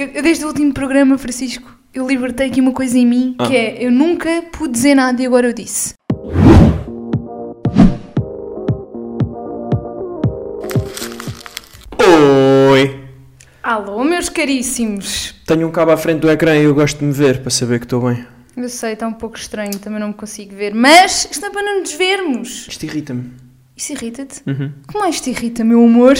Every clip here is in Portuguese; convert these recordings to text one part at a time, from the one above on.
Eu, eu desde o último programa, Francisco, eu libertei aqui uma coisa em mim, que Ah. é, eu nunca pude dizer nada e agora eu disse. Oi! Alô, meus caríssimos. Tenho um cabo à frente do ecrã e eu gosto de me ver para saber que estou bem. Eu sei, está um pouco estranho, também não me consigo ver, mas isto é para não nos vermos. Isto irrita-me. Isso irrita-te? Uhum. O é que mais te irrita, meu amor?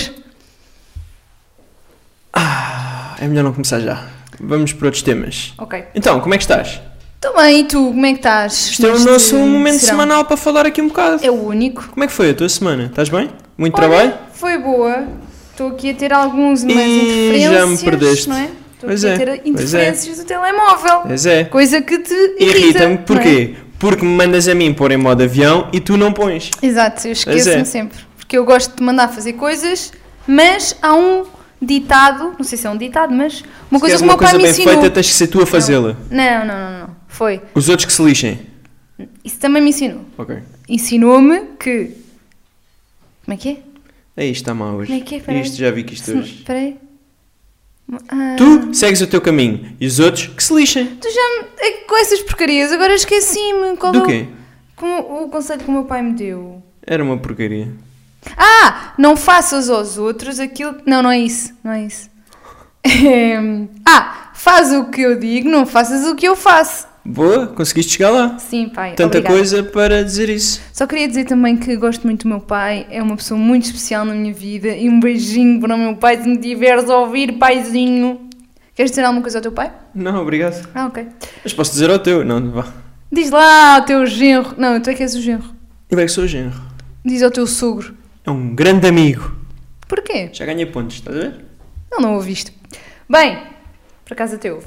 Ah, é melhor não começar já. Vamos para outros temas. Ok. Então, como é que estás? Estou bem, e tu, como é que estás? Isto é o neste nosso momento serão? semanal para falar aqui um bocado. É o único. Como é que foi a tua semana? Estás bem? Muito Olha, trabalho? Foi boa. Estou aqui a ter alguns mais Ih, interferências. já me perdeste. Não é? Estou Pois aqui é, a ter pois é. interferências do telemóvel. Pois é. Coisa que te irrita. Irrita-me não porquê? Porque me mandas a mim pôr em modo avião e tu não pões. é? Exato, eu esqueço-me é. sempre. Porque eu gosto de mandar fazer coisas, mas há um ditado, não sei se é um ditado, mas uma coisa Se queres que o meu uma pai coisa me bem ensinou. feita, tens que ser tu a fazê-la. Não, não, não, não. Foi. Os outros que se lixem. Isso também me ensinou. Ok. Ensinou-me que. Como é que é? Aí está mal hoje. Como é que é? Peraí. Isto já vi que isto Se não- hoje. Espera aí. Ah. Tu segues o teu caminho e os outros que se lixem. Tu já me... é que Com essas porcarias, agora esqueci-me. Qual é Do o- quê? Com o conselho que o meu pai me deu. Era uma porcaria. Ah! Não faças aos outros aquilo... que- Não, não é isso. Não é isso. Ehm, ah! Faz o que eu digo, não faças o que eu faço. Boa, conseguiste chegar lá. Sim, pai. Tanta obrigada. coisa para dizer isso. Só queria dizer também que gosto muito do meu pai. É uma pessoa muito especial na minha vida. E um beijinho para o meu pai se me tiveres a ouvir, paizinho. Queres dizer alguma coisa ao teu pai? Não, obrigado. Ah, ok. Mas posso dizer ao teu, não, vá. Diz lá ao teu genro. Não, tu é que és o genro. Eu é que sou genro. Diz ao teu sogro. É um grande amigo. Porquê? Já ganhei pontos, estás a ver? Não, não ouviste. Bem, por acaso até houve.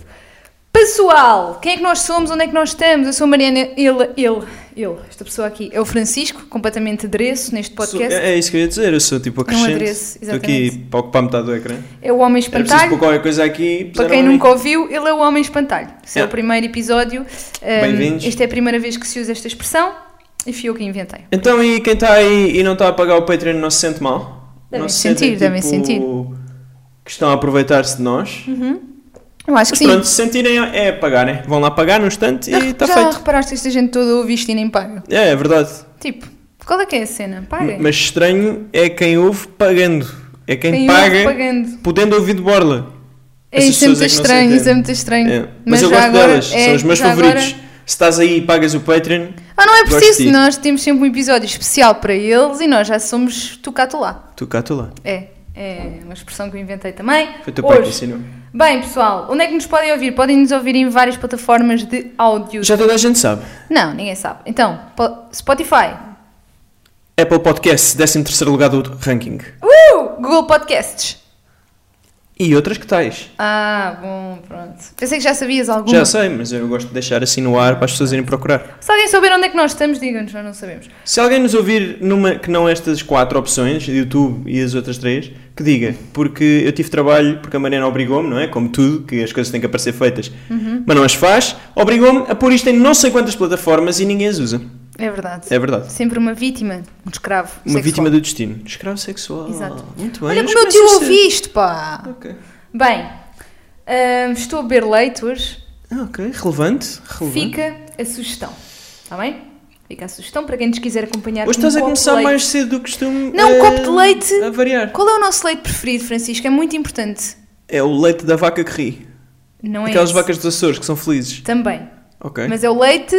Pessoal, quem é que nós somos? Onde é que nós estamos? Eu sou a Mariana, ele, ele, ele, esta pessoa aqui. É o Francisco, completamente adereço neste podcast. Sou- é, é isso que eu ia dizer, eu sou tipo É um acrescente. adereço, Estou aqui exatamente. para ocupar metade do ecrã. É o Homem Era preciso pôr Espantalho. qualquer coisa aqui. Para puseram quem a mim. nunca ouviu, ele é o Homem Espantalho. Esse é, É. o primeiro episódio. Ahm, Bem-vindos. esta é a primeira vez que se usa esta expressão e fui eu que inventei. Então, e quem está aí e não está a pagar o Patreon não se sente mal? Devem não se sentir, sentem, devem tipo, sentir. Uhum. Que estão a aproveitar-se de nós. Eu acho que Mas sim. pronto, se sentirem é pagarem. Vão lá pagar num instante e está Já feito. reparaste esta gente toda ouviste e nem paga? É, é verdade. Tipo, qual é que é a cena? Paga. Mas estranho é quem ouve pagando. É quem, Quem ouve paga pagando. podendo ouvir de borla. É, Essas isso é muito pessoas que não se estranho, isso é entendem. muito estranho. É. Mas, eu gosto delas, são os meus é já favoritos. agora- Se estás aí e pagas o Patreon, Ah, não é Gosto preciso, disso. nós temos sempre um episódio especial para eles e nós já somos tucato lá. tu cá, tu lá. É, é uma expressão que eu inventei também. Foi o teu pai que Hoje. ensinou. Bem, pessoal, onde é que nos podem ouvir? Podem nos ouvir em várias plataformas de áudio. Já toda a gente sabe. Não, ninguém sabe. Então, po- Spotify, Apple Podcasts, 13 lugar do ranking. uh, Google Podcasts. E outras que tais. Ah, bom, pronto. Pensei que já sabias alguma. Já sei, mas eu gosto de deixar assim no ar para as pessoas irem procurar. Se alguém souber onde é que nós estamos, digam-nos, nós não sabemos. Se alguém nos ouvir numa que não estas quatro opções, YouTube e as outras três, que diga, porque eu tive trabalho, porque a Mariana obrigou-me, não é? Como tudo, que as coisas têm que aparecer feitas, Uhum. mas não as faz, obrigou-me a pôr isto em não sei quantas plataformas e ninguém as usa. É verdade. É verdade. Sempre uma vítima, um escravo. Uma sexual. vítima do destino. Escravo sexual. Exato. Muito bem. Olha mas como eu te começa a ser- ouvi isto, pá! Ok. Bem, hum, estou a beber leite hoje. Ah, ok. Relevante. relevante. Fica a sugestão, está bem? Fica a sugestão para quem nos quiser acompanhar. Hoje com um estás a copo de começar leite. mais cedo do que costume. Não, um eh, copo de leite. A variar. Qual é o nosso leite preferido, Francisco? É muito importante. É o leite da vaca que ri. Não é Aquelas esse. vacas dos Açores que são felizes. Também. Ok. Mas é o leite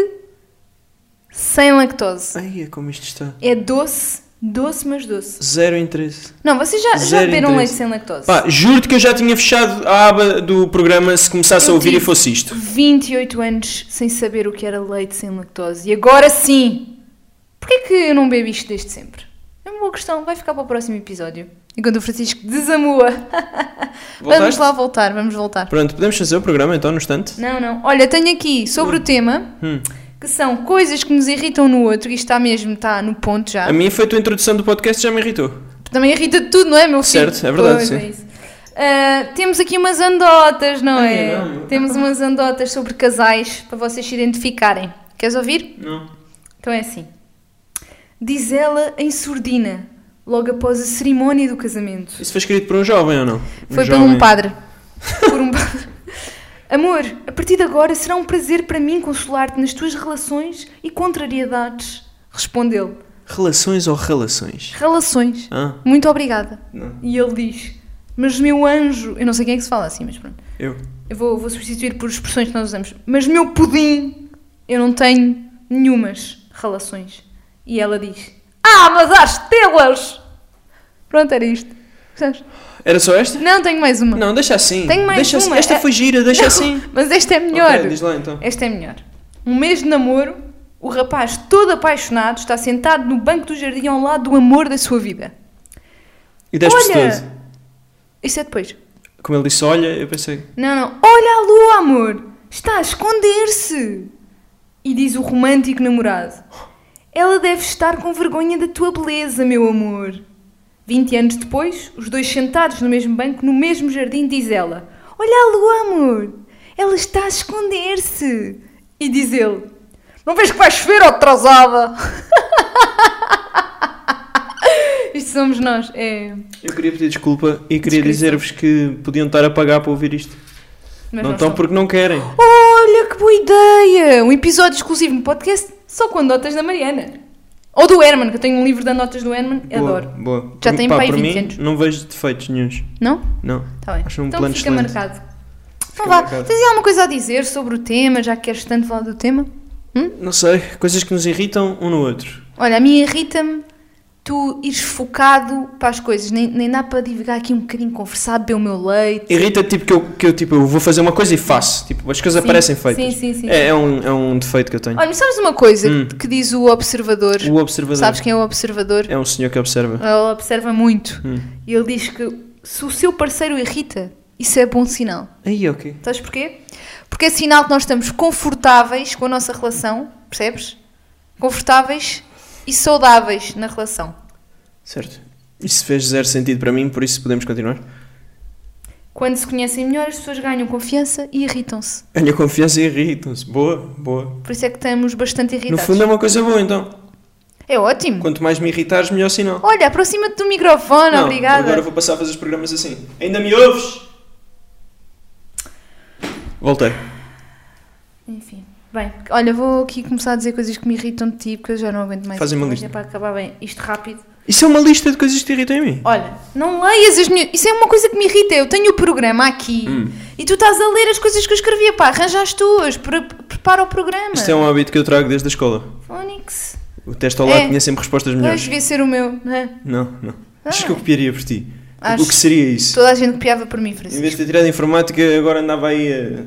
sem lactose. Ai, é como isto está. É doce, doce, mas doce. Zero interesse. Não, vocês já, já Zero beberam interesse. leite sem lactose? Pá, juro-te que eu já tinha fechado a aba do programa se começasse Eu a ouvir tive e fosse isto. 28 anos sem saber o que era leite sem lactose. E agora sim! Porquê que eu não bebo isto desde sempre? É uma boa questão, vai ficar para o próximo episódio. Enquanto o Francisco desamua. vamos Voltaste? lá voltar, vamos voltar. Pronto, podemos fazer o programa então no instante? Não, não. Olha, tenho aqui sobre o tema, Hum. que são coisas que nos irritam no outro, e isto está mesmo, está no ponto já. A minha foi a tua introdução do podcast já me irritou. Também irrita de tudo, não é, meu filho? Certo, é verdade, Pois, sim. é isso. Ah, temos aqui umas andotas, não Ai, é? não. Temos umas andotas sobre casais para vocês se identificarem. Queres ouvir? Não. Então é assim. Diz ela em surdina, logo após a cerimónia do casamento. Isso foi escrito por um jovem ou não? Foi um pelo um jovem. padre. por um padre. Amor, a partir de agora será um prazer para mim consolar-te nas tuas relações e contrariedades. Respondeu. Relações ou relações? Relações. Ah, Muito obrigada. não. E ele diz: Mas meu anjo. Eu não sei quem é que se fala assim, mas pronto. Eu. Eu vou, vou substituir por expressões que nós usamos. Mas meu pudim. Eu não tenho nenhumas relações. E ela diz: Ah, mas às telas! Pronto, era isto. Gostaste? Era só esta? Não, tenho mais uma. Não, deixa assim. Tenho mais deixa uma. Assim. Esta É- foi gira, deixa Não, assim. Mas esta é melhor. Ok, diz lá então. Esta é melhor. Um mês de namoro, o rapaz todo apaixonado está sentado no banco do jardim ao lado do amor da sua vida. E 10 Olha! por 12. Isso é depois. Como ele disse, olha, eu pensei. Não, não. Olha a lua, amor! Está a esconder-se! E diz o romântico namorado. Ela deve estar com vergonha da tua beleza, meu amor. Vinte anos depois, os dois sentados no mesmo banco, no mesmo jardim, diz ela: Olha a lua, amor! Ela está a esconder-se! E diz ele: Não vês que vai chover, ó atrasada! Isto somos nós. É. Eu queria pedir desculpa e queria Descrição. dizer-vos que podiam estar a pagar para ouvir isto. Mas nós não estão somos. porque não querem. Olha que boa ideia! Um episódio exclusivo no podcast só com notas da Mariana. Ou do Herman, que eu tenho um livro de notas do Herman, Boa, adoro. Boa. Já Por- tem pá, pai por 20 mim, anos. Não vejo defeitos nenhuns. Não? Não. Está bem. Acho um então plano fica excelente. marcado. Então vá, marcado. tens aí alguma coisa a dizer sobre o tema, já que queres tanto falar do tema? Não sei, coisas que nos irritam um no outro. Olha, a mim irrita-me tu ires focado para as coisas, nem, nem dá para divagar aqui um bocadinho, conversar, beber o meu leite. Irrita tipo que eu, que eu tipo, eu vou fazer uma coisa e faço. Tipo, as coisas Sim, aparecem feitas. sim, sim, sim. É, é um, é um defeito que eu tenho. Olha, mas sabes uma coisa Hum. que diz o observador? O observador Sabes quem é o observador? é um senhor que observa. Ele observa muito. Hum. E ele diz que se o seu parceiro irrita, isso é bom sinal. Aí, ok. Sabes porquê? Porque é sinal que nós estamos confortáveis com a nossa relação, percebes? Confortáveis e saudáveis na relação. Certo. Isso fez zero sentido para mim, por isso podemos continuar. Quando se conhecem melhor, as pessoas ganham confiança e irritam-se. Ganha confiança e irritam-se. Boa, boa. Por isso é que estamos bastante No irritados. fundo é uma coisa boa, então. É ótimo. Quanto mais me irritares, melhor sinal. Olha, aproxima-te do microfone, Não, obrigada. Agora vou passar a fazer os programas assim. Ainda me ouves? Voltei. Enfim. Bem, olha, vou aqui começar a dizer coisas que me irritam de ti, porque eu já não aguento mais. Fazem uma Mas lista. É para acabar bem isto rápido. Isso é uma lista de coisas que te irritam em mim. Olha, não leias as minhas. Isso é uma coisa que me irrita. Eu tenho o programa aqui Hum. e tu estás a ler as coisas que eu escrevia. Pá, arranja as tuas. Pre- prepara o programa. Isto é um hábito que eu trago desde a escola. Fónix. O teste ao lado É. tinha sempre respostas Pois melhores. devia ser o meu, não é? Não, não. Acho que eu copiaria por ti. Acho. O que seria isso? Toda a gente copiava por mim, Em vez Francisco. de ter tirado informática, agora andava aí a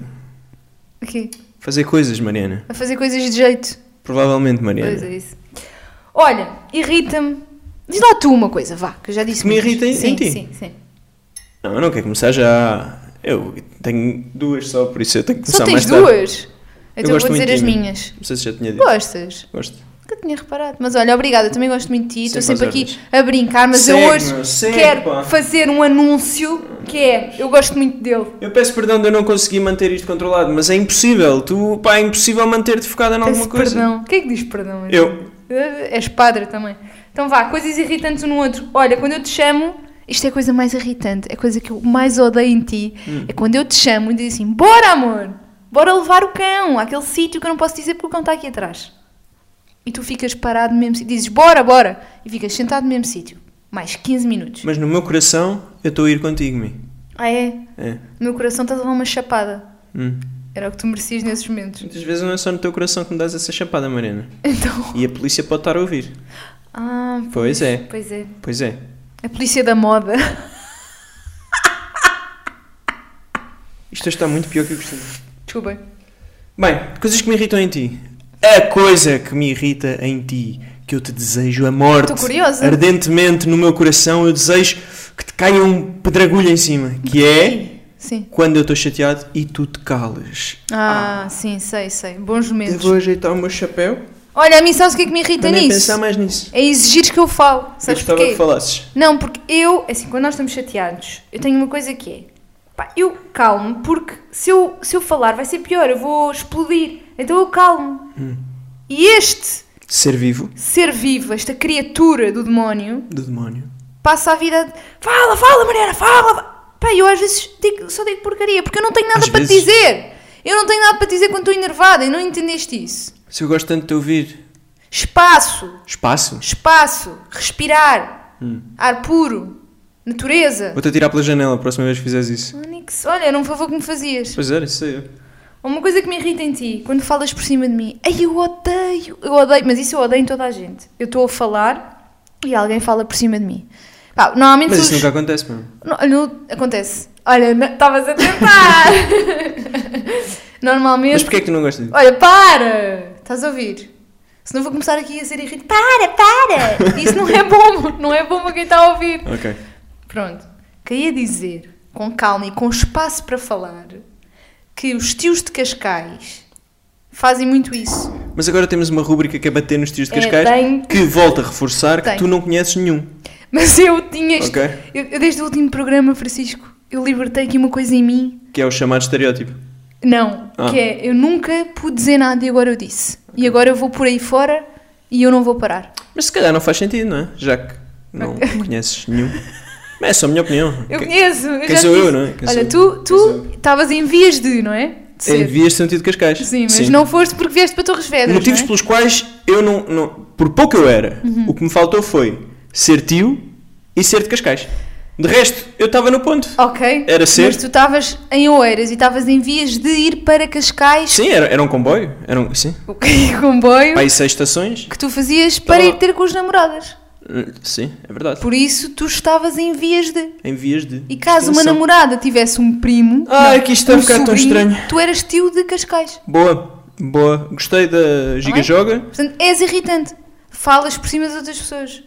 Aqui. fazer coisas, Mariana. A fazer coisas de jeito. Provavelmente, Pois é Mariana. isso. Olha, irrita-me. Diz lá tu uma coisa, vá, que eu já disse Que me muitas. irrita em- sim, em ti? Sim, sim. Não, eu não quero começar já. Eu tenho duas só, por isso eu tenho que começar Só tens mais tarde. duas? Então eu gosto vou dizer muito as de mim. minhas. Não sei se já tinha dito. Gostas? Gosto. Nunca tinha reparado. Mas olha, obrigada, eu também gosto muito de ti. Estou Sempre sempre às aqui a brincar, mas eu Segue-me, hoje segue, quero pá. fazer um anúncio que é: eu gosto muito dele. Eu peço perdão de eu não conseguir manter isto controlado, mas é impossível. Tu, pá, é impossível manter-te focado em alguma Peço coisa. perdão. Quem é que diz perdão? Eu. Eh, És padre também. Então vá, coisas irritantes um no outro. Olha, quando eu te chamo, isto é a coisa mais irritante, é a coisa que eu mais odeio em ti. Hum. É quando eu te chamo e diz assim: bora amor, bora levar o cão àquele sítio que eu não posso dizer porque o cão está aqui atrás. E tu ficas parado no mesmo sítio, dizes bora, bora, e ficas sentado no mesmo sítio. Mais 15 minutos. Mas no meu coração, eu estou a ir contigo, Mi. Ah, é? É. No meu coração estás a levar uma chapada. Hum. Era o que tu merecias nesses momentos. Muitas vezes não é só no teu coração que me dás essa chapada, Mariana. Então. E a polícia pode estar a ouvir. Ah, Pois é, pois é. pois é. A polícia da moda. Isto hoje está muito pior que eu costumo. Desculpem. Bem, coisas que me irritam em ti. A coisa que me irrita em ti, que eu te desejo a morte. Estou curiosa. Ardentemente no meu coração, eu desejo que te caia um pedragulho em cima. Que é Sim. quando eu estou chateado e tu te calas. Ah, sim, sei, sei. Bons Eu momentos. vou ajeitar o meu chapéu Olha, a mim sabes o que é que me irrita para nem nisso? pensar mais nisso. É exigir que eu falo. eu Sabes gostava porquê? que falasses. Não, porque eu, assim, quando nós estamos chateados, eu tenho uma coisa que é. Pá, eu calmo, porque se eu, se eu falar vai ser pior, eu vou explodir. Então eu calmo. Hum. E este Ser vivo ser vivo, esta criatura do demónio, do demónio. passa a vida. Fala, fala, Mariana, fala! Pá, eu às vezes digo- só digo porcaria, porque eu não tenho nada Às para te vezes. dizer. Eu não tenho nada para te dizer quando estou enervada e não entendeste isso. Se eu gosto tanto de te ouvir. Espaço, Espaço. espaço, respirar, ar puro, natureza. hum, Vou-te atirar pela janela a próxima vez que fizeres isso. Onix, olha, era um favor que me fazias. Pois era, isso sei eu. É Uma coisa que me irrita em ti, quando falas por cima de mim, ai eu odeio, eu odeio, mas isso eu odeio em toda a gente. Eu estou a falar e alguém fala por cima de mim. Pá, normalmente Mas os- isso nunca acontece, mano. Não, não- acontece. Olha, não- estavas a tentar. Normalmente. Mas porquê é que tu não gostas? Olha, para! Estás a ouvir? Senão vou começar aqui a ser irritante. Para, para! Isso não é bom, não é bom para quem está a ouvir. Ok. Pronto. Queria dizer, com calma e com espaço para falar, que os tios de Cascais fazem muito isso. Mas agora temos uma rúbrica que é bater nos tios de É, Cascais tem- que volta a reforçar Tem. que tu não conheces nenhum. Mas eu tinha isto. Ok. Eu, eu desde o último programa, Francisco, eu libertei aqui uma coisa em mim Que é o chamado estereótipo. Não, Ah. que é eu nunca pude dizer nada e agora eu disse. E agora eu vou por aí fora e eu não vou parar. Mas se calhar não faz sentido, não é? Já que não conheces nenhum. Mas é só a minha opinião. Eu Que- conheço, eu quem já te sou eu, disse. não é? Quem Olha, sou tu eu? Quem sou tu estavas em vias de, não é? De É, ser. vias de sentido de Cascais. Sim, mas não foste porque vieste para Torres Vedras. não Motivos é? Uhum. pelos quais eu não, não- Por pouco eu era. O que me faltou foi ser tio e ser de Cascais. De resto, eu estava no ponto. Ok. Era ser. Mas tu estavas em Oeiras e estavas em vias de ir para Cascais. Sim, era, era um comboio. Era um, sim. O que- comboio Pá, aí seis estações. que tu fazias para Tava- ir ter com as namoradas. Eh, Sim, é verdade. Por isso tu estavas em vias de. Em vias de. E caso uma extinção. namorada tivesse um primo. um Ai, que isto está a ficar tão estranho. Tu eras tio de Cascais. Boa, boa. Gostei da Giga bem? Joga. Portanto, és irritante. Falas por cima das outras pessoas.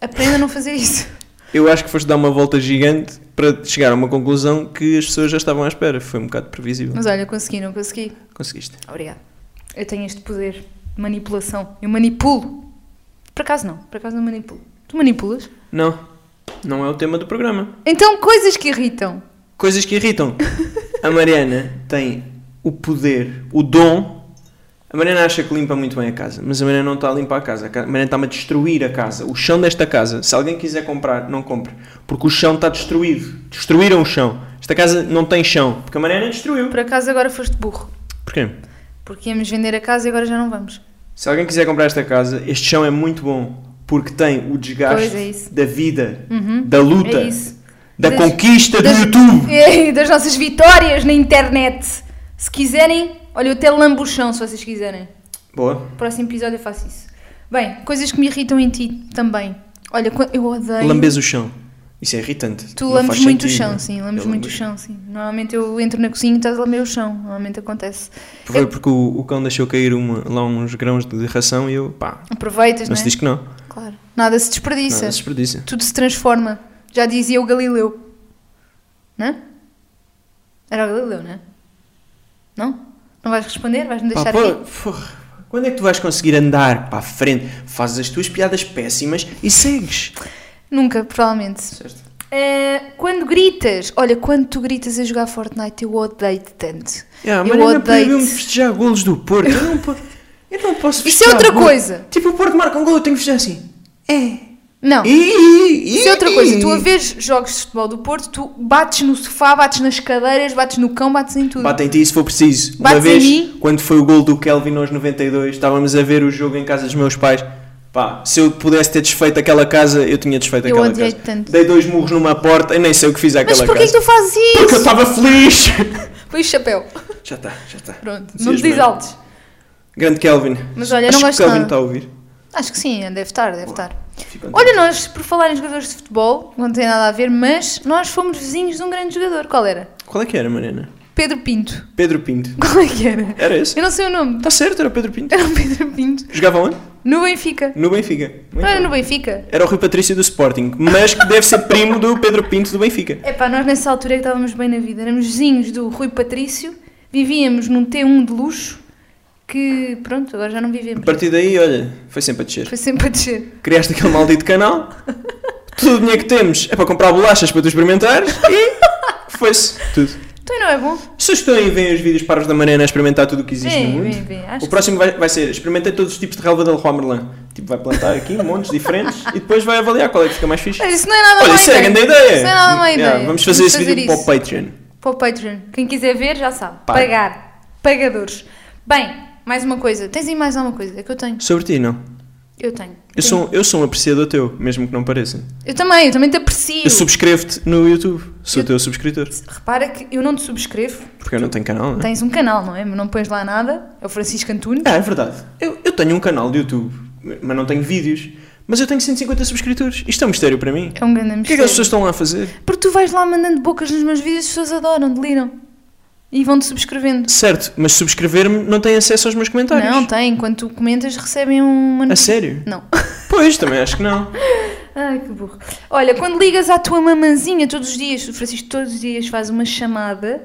Aprenda a não fazer isso. Eu acho que foste dar uma volta gigante para chegar a uma conclusão que as pessoas já estavam à espera. Foi um bocado previsível. Mas olha, consegui, não consegui. Conseguiste. Obrigada. Eu tenho este poder de manipulação. Eu manipulo. Por acaso não, por acaso não manipulo. Tu manipulas? Não, não é o tema do programa. Então, coisas que irritam. Coisas que irritam. A Mariana tem o poder, o dom. A Mariana acha que limpa muito bem a casa, mas a Mariana não está a limpar a casa. A ca- a Mariana está-me a destruir a casa, o chão desta casa. Se alguém quiser comprar, não compre. Porque o chão está destruído. Destruíram o chão. Esta casa não tem chão, porque a Mariana destruiu. Por acaso agora foste burro. Porquê? Porque íamos vender a casa e agora já não vamos. Se alguém quiser comprar esta casa, este chão é muito bom porque tem o desgaste Pois, é isso. da vida, da luta, É isso. da Das- conquista das- do YouTube. É, das nossas vitórias na internet. Se quiserem, olha, eu até lambo o chão se vocês quiserem. Boa. Próximo episódio eu faço isso. Bem, coisas que me irritam em ti também. Olha, quan- eu odeio. Lambes o chão. Isso é irritante. Tu Não lambes faz muito o sentido, chão, não é? sim, lambes Eu muito o lambo- chão, sim. Normalmente eu entro na cozinha e estás a lamber o chão, normalmente acontece. Foi porque o, o cão deixou cair uma- lá uns grãos de ração e eu, pá, Aproveitas, não não, se é? diz que não. Claro. Nada se desperdiça, Nada se desperdiça. tudo se transforma. Já dizia o Galileu. Não? é? Era o Galileu, não é? Não? Não vais responder? Vais-me Pá, deixar pô, aqui? porra, quando é que tu vais conseguir andar para a frente? Fazes as tuas piadas péssimas e segues. Nunca, provavelmente. Certo. Eh, quando gritas, olha, quando tu gritas a jogar Fortnite, eu odeio-te tanto. É, a eu Mariana odeio-te. proibiu-me festejar golos do Porto. Eu não, po- eu não posso Isso é festejar outra golo. coisa. Tipo, o Porto marca um gol, eu tenho que festejar assim. É. Não. Isso Isso é outra coisa. Tu a vez jogos de futebol do Porto, tu bates no sofá, bates nas cadeiras, bates no cão, bates em tudo. Bate em ti se for preciso. Bates Uma em vez, mim. quando foi o gol do Kelvin aos 92, estávamos a ver o jogo em casa dos meus pais. Pá, se eu pudesse ter desfeito aquela casa, eu tinha desfeito Eu aquela odiei casa. tanto. Dei dois murros numa porta e nem sei o que fiz àquela Mas porquê é que casa. tu fazes Porque eu isso? estava feliz! Põe o chapéu. já está, já está. Pronto, não te Entusiasmei. diz altos. Grande Kelvin. Mas olha, eu Acho não que gosto então- o Kelvin nada. está a ouvir. Acho que sim, deve estar, deve estar. Fico Olha, nós, por falar em jogadores de futebol, não tem nada a ver, mas nós fomos vizinhos de um grande jogador. Qual era? Qual é que era, Mariana? Pedro Pinto. Pedro Pinto. Qual é que era? Era esse? Eu não sei o nome. Está certo, era Pedro Pinto. Era o Pedro Pinto. Jogava onde? No Benfica. No Benfica. Muito Não era bem. no Benfica? Era o Rui Patrício do Sporting, mas que deve ser primo do Pedro Pinto do Benfica. Epá, nós nessa altura é que estávamos bem na vida. Éramos vizinhos do Rui Patrício, vivíamos num T1 de luxo que, pronto, agora já não A vivemos. partir daí, olha, foi sempre a descer. Foi sempre a descer. Criaste aquele maldito canal, tudo o dinheiro que temos é para comprar bolachas para tu experimentares e foi-se tudo. Então não é bom? Sugestões, veem os vídeos para os da Mariana a experimentar tudo o que existe Vem, no mundo. vem, vem. Acho O próximo vai, vai ser, experimentei todos os tipos de relva da Leroy Merlin. Tipo, vai plantar aqui montes diferentes e depois vai avaliar qual é que fica mais que- fixe. Mas isso não é nada Olha, má isso é a grande ideia. Isso não é nada má Yeah, ideia. vamos fazer esse vídeo isso. para o Patreon. Para o Patreon. Quem quiser ver, já sabe. Paga. Pagar. Pagadores. Bem, mais uma coisa. Tens aí mais alguma coisa? É que eu tenho. Sobre ti, não. Eu tenho. Eu sou, eu sou um apreciador teu, mesmo que não pareça. Eu também, eu também te aprecio. Eu subscrevo-te no YouTube. Sou Eu- teu subscritor. Repara que eu não te subscrevo. Porque eu não tenho canal, não é? Tens um canal, não é? Mas Não pões lá nada. É o Francisco Antunes. Ah, é verdade. Eu, eu tenho um canal de YouTube, mas não tenho vídeos. Mas eu tenho 150 subscritores. Isto é um mistério para mim. É um grande O que é que mistério. as pessoas estão lá a fazer? Porque tu vais lá mandando bocas nos meus vídeos, as pessoas adoram, deliram. E vão-te subscrevendo. Certo, mas subscrever-me não tem acesso aos meus comentários. Não, tem. Quando tu comentas, recebem uma A notificação. sério? Não. Pois, também acho que não. Ai, que burro. Olha, quando ligas à tua mamãzinha todos os dias, o Francisco todos os dias faz uma chamada.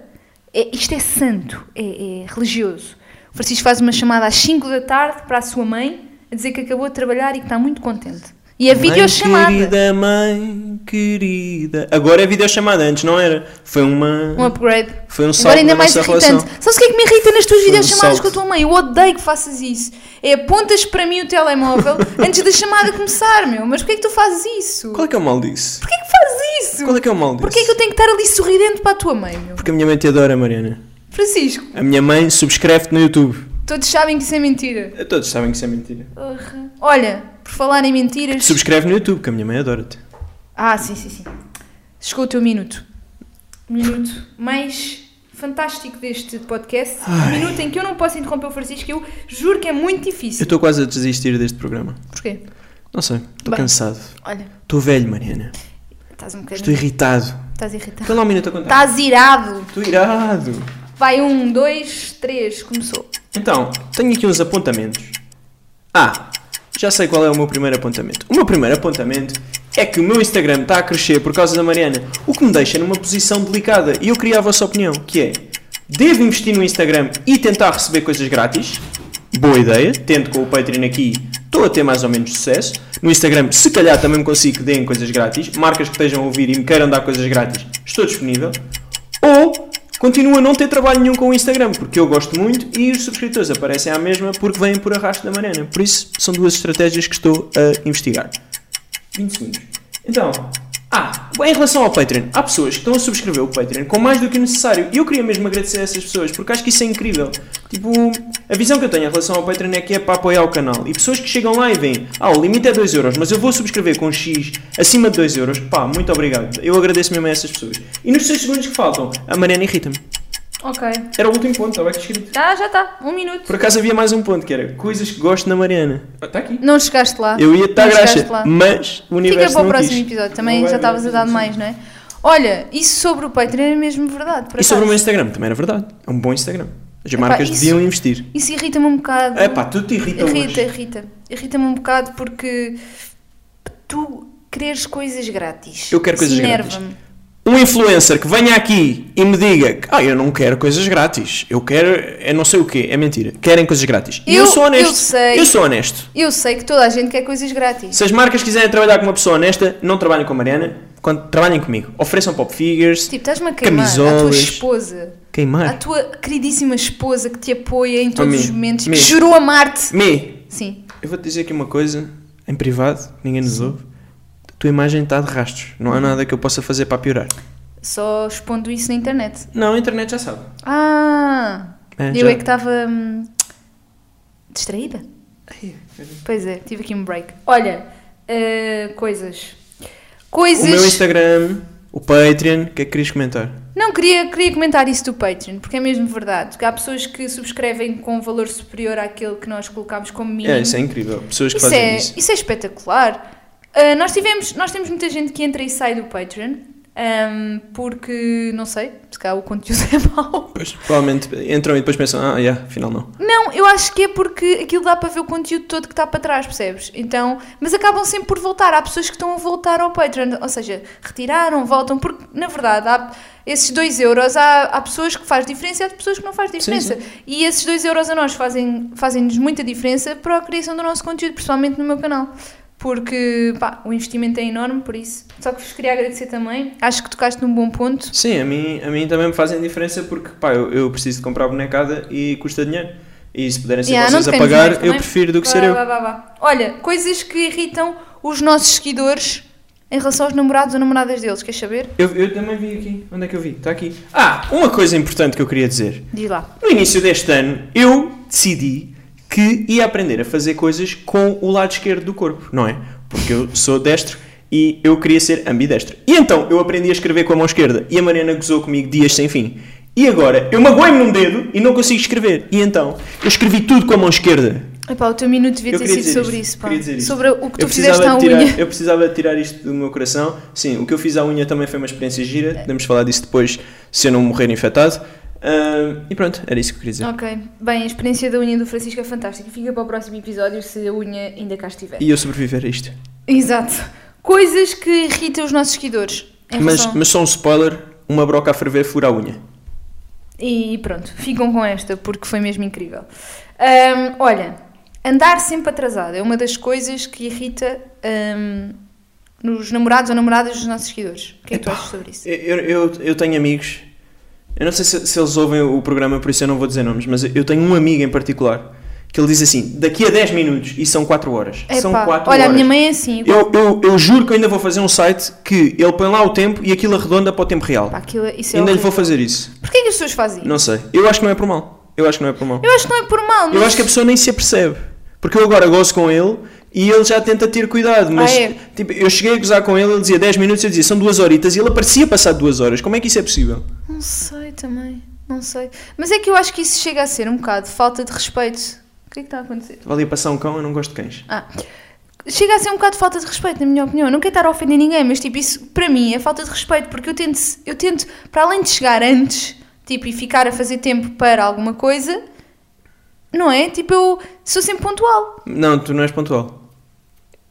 É- isto é santo, é, é religioso. O Francisco faz uma chamada às 5 da tarde para a sua mãe, a dizer que acabou de trabalhar e que está muito contente. E é videochamada. Mãe querida, mãe querida. Agora é videochamada, antes não era. Foi uma. Um upgrade. Foi um salto Agora ainda na mais nossa irritante. relação. Sabes o que é que me irrita nas tuas Foi um videochamadas salto. com a tua mãe? Eu odeio que faças isso. É apontas para mim o telemóvel antes da chamada começar, meu. Mas porquê é que tu fazes isso? Qual é que é o mal disso? Porquê é que fazes isso? Qual é que é o mal disso? Porquê é que eu tenho que estar ali sorridente para a tua mãe, meu? Porque a minha mãe te adora, Mariana. Francisco, A minha mãe subscreve-te no YouTube. todos sabem que isso é mentira. Todos sabem que isso é mentira. Urra. Olha, por falar em mentiras. Subscreve no YouTube, que a minha mãe adora-te. Ah, sim, sim, sim. Chegou o teu minuto. Minuto mais fantástico deste podcast. Um minuto em que eu não posso interromper o Francisco. Eu juro que é muito Eu difícil. estou quase a desistir deste programa. Porquê? Não sei, estou Bem. cansado. Olha, Estou velho, Mariana. estás um Estou bocadinho. irritado. Estás irritado. Estou lá um minuto a contar. Estás irado. Estou irado. Vai um, dois, três, começou. Então, tenho aqui uns apontamentos. Ah, já sei qual é o meu primeiro apontamento. O meu primeiro apontamento é que o meu Instagram está a crescer por causa da Mariana, o que me deixa numa posição delicada. E eu queria a vossa opinião, que é: devo investir no Instagram e tentar receber coisas grátis? Boa ideia, tento com o Patreon aqui, estou a ter mais ou menos sucesso. No Instagram, se calhar também me consigo que deem coisas grátis, marcas que estejam a ouvir e me queiram dar coisas grátis, estou disponível ou continua a não ter trabalho nenhum com o Instagram, porque eu gosto muito e os subscritores aparecem à mesma porque vêm por arrasto da Mariana. Por isso, são duas estratégias que estou a investigar. 20 segundos. Então, ah, em relação ao Patreon, há pessoas que estão a subscrever o Patreon com mais do que o necessário. E eu queria mesmo agradecer a essas pessoas, porque acho que isso é incrível. Tipo, a visão que eu tenho em relação ao Patreon é que é para apoiar o canal. E pessoas que chegam lá e veem, ah, o limite é 2€, euros, mas eu vou subscrever com X acima de 2€, euros. pá, muito obrigado. Eu agradeço mesmo a essas pessoas. E nos 6 segundos que faltam, a Mariana irrita-me. Ok. Era o último ponto, estava aqui escrito. Ah, já está. Um minuto. Por acaso havia mais um ponto, que era coisas que gosto na Mariana. Ah, Está aqui. Não chegaste lá. Eu ia estar Não chegaste graxa, lá. mas o universo Fica para o não próximo quis. episódio. Também Não já vai estavas a haver dar próximo mais, não é? Olha, isso sobre o Patreon é mesmo verdade. Por E sobre o meu acaso. Instagram, também era verdade. É um bom Instagram. As Epá, marcas isso- deviam investir. Isso irrita-me um bocado. É pá, tu te irrita Irrita, hoje. irrita. Irrita-me um bocado porque tu queres coisas grátis. Eu quero Isso coisas grátis. enerva-me. Um influencer que venha aqui e me diga que ah, eu não quero coisas grátis, eu quero é não sei o quê, é mentira. Querem coisas grátis. E eu, Eu- sou honesto. eu sei. Eu sou honesto. Eu sei que toda a gente quer coisas grátis. Se as marcas quiserem trabalhar com uma pessoa honesta, não trabalhem com a Mariana, quando, trabalhem comigo. Ofereçam pop figures, Tipo, estás-me a queimar a tua Camisolas. esposa. A queimar. tua queridíssima esposa que te apoia em todos mim. os momentos, que Mim. jurou amar-te. Me, Sim. eu vou-te dizer aqui uma coisa, em privado, ninguém nos ouve. A tua imagem está de rastros, não há Uhum. nada que eu possa fazer para piorar. Só expondo isso na internet. Não, a internet já sabe. Ah! É, eu já. é que estava hum, distraída. Pois é, tive aqui um break. Olha, eh, coisas. Coisas. O meu Instagram, o Patreon, o que é que querias comentar? Não, queria, queria comentar isso do Patreon, porque é mesmo verdade. Que há pessoas que subscrevem com um valor superior àquele que nós colocámos como mínimo. É, isso é incrível. Pessoas que Isso fazem é, isso. isso é espetacular. Ah, nós, tivemos, nós temos muita gente que entra e sai do Patreon ahm, porque, não sei, se calhar o conteúdo é mau. Pois, provavelmente entram e depois pensam, ah, yeah, afinal não. Não, eu acho que é porque aquilo dá para ver o conteúdo todo que está para trás, percebes? Então, mas acabam sempre por voltar. Há pessoas que estão a voltar ao Patreon, ou seja, retiraram, voltam, porque na verdade há esses 2 euros há, há pessoas que faz diferença e há pessoas que não faz diferença. E esses 2 euros a nós fazem- fazem-nos muita diferença para a criação do nosso conteúdo, principalmente no meu canal. porque pá, o investimento é enorme, por isso. Só que vos queria agradecer também. Acho que tocaste num bom ponto. Sim, a mim, a mim também me fazem diferença porque pá, eu, eu preciso de comprar bonecada e custa dinheiro. E se puderem ser Yeah, vocês não a te quero dizer pagar, também. eu prefiro do que Vá, ser eu. vá, vá, vá. Olha, coisas que irritam os nossos seguidores em relação aos namorados ou namoradas deles, queres saber? eu. Eu também vi aqui. Onde é que eu vi? Está aqui. Ah, uma coisa importante que eu queria dizer. Diz lá. No início deste ano, eu decidi que ia aprender a fazer coisas com o lado esquerdo do corpo, não é? Porque eu sou destro e eu queria ser ambidestro. E então eu aprendi a escrever com a mão esquerda e a Mariana gozou comigo dias sem fim. E agora eu magoei-me num dedo e não consigo escrever. E então eu escrevi tudo com a mão esquerda. Epá, o teu minuto devia Eu ter queria sido dizer sobre isto, isso, pá. queria dizer isto. Sobre o que tu eu fizeste precisava na de tirar, unha. Eu precisava de tirar isto do meu coração. Sim, o que eu fiz à unha também foi uma experiência É. gira. Podemos falar disso depois, se eu não morrer infectado. Ah, e pronto, era isso que eu queria dizer. Ok, bem, a experiência da unha do Francisco é fantástica. Fica para o próximo episódio se a unha ainda cá estiver. E eu sobreviver a isto. Exato. Coisas que irritam os nossos seguidores. Em Mas, relação- mas só um spoiler: uma broca a ferver fura a unha. E pronto, ficam com esta porque foi mesmo incrível. Ahm, olha, andar sempre atrasado é uma das coisas que irrita ahm, nos namorados ou namoradas dos nossos seguidores. O que é que tu achas sobre isso? Eu, eu, eu tenho amigos, eu não sei se, se eles ouvem o programa, por isso eu não vou dizer nomes, mas eu tenho um amigo em particular que ele diz assim: daqui a 10 minutos e são 4 horas. são Epá, 4 olha, horas. a minha mãe é assim. Eu, eu, eu juro que eu ainda vou fazer um site que ele põe lá o tempo e aquilo arredonda para o tempo real. Pá, aquilo, é- isso é ainda lhe vou horrível. fazer isso. Porquê é que as pessoas fazem isso? Não sei. Eu acho que não é por mal. Eu acho que não é por mal. Eu acho que não é por mal, mas... Eu acho que a pessoa nem se apercebe. Porque eu agora gozo com ele e ele já tenta ter cuidado. Mas Ah, é? tipo, eu cheguei a gozar com ele, ele dizia 10 minutos, eu dizia são duas horitas e ele aparecia passar duas horas. Como é que isso é possível? Não sei também, não sei. Mas é que eu acho que isso chega a ser um bocado falta de respeito. O que é que está a acontecer? Valia passar um cão, eu não gosto de cães. Ah. Chega a ser um bocado de falta de respeito, na minha opinião. Eu não quero estar a ofender ninguém, mas tipo, isso para mim é falta de respeito, porque eu tento, eu tento para além de chegar antes, tipo, e ficar a fazer tempo para alguma coisa, não é? Tipo, eu sou sempre pontual. Não, tu não és pontual.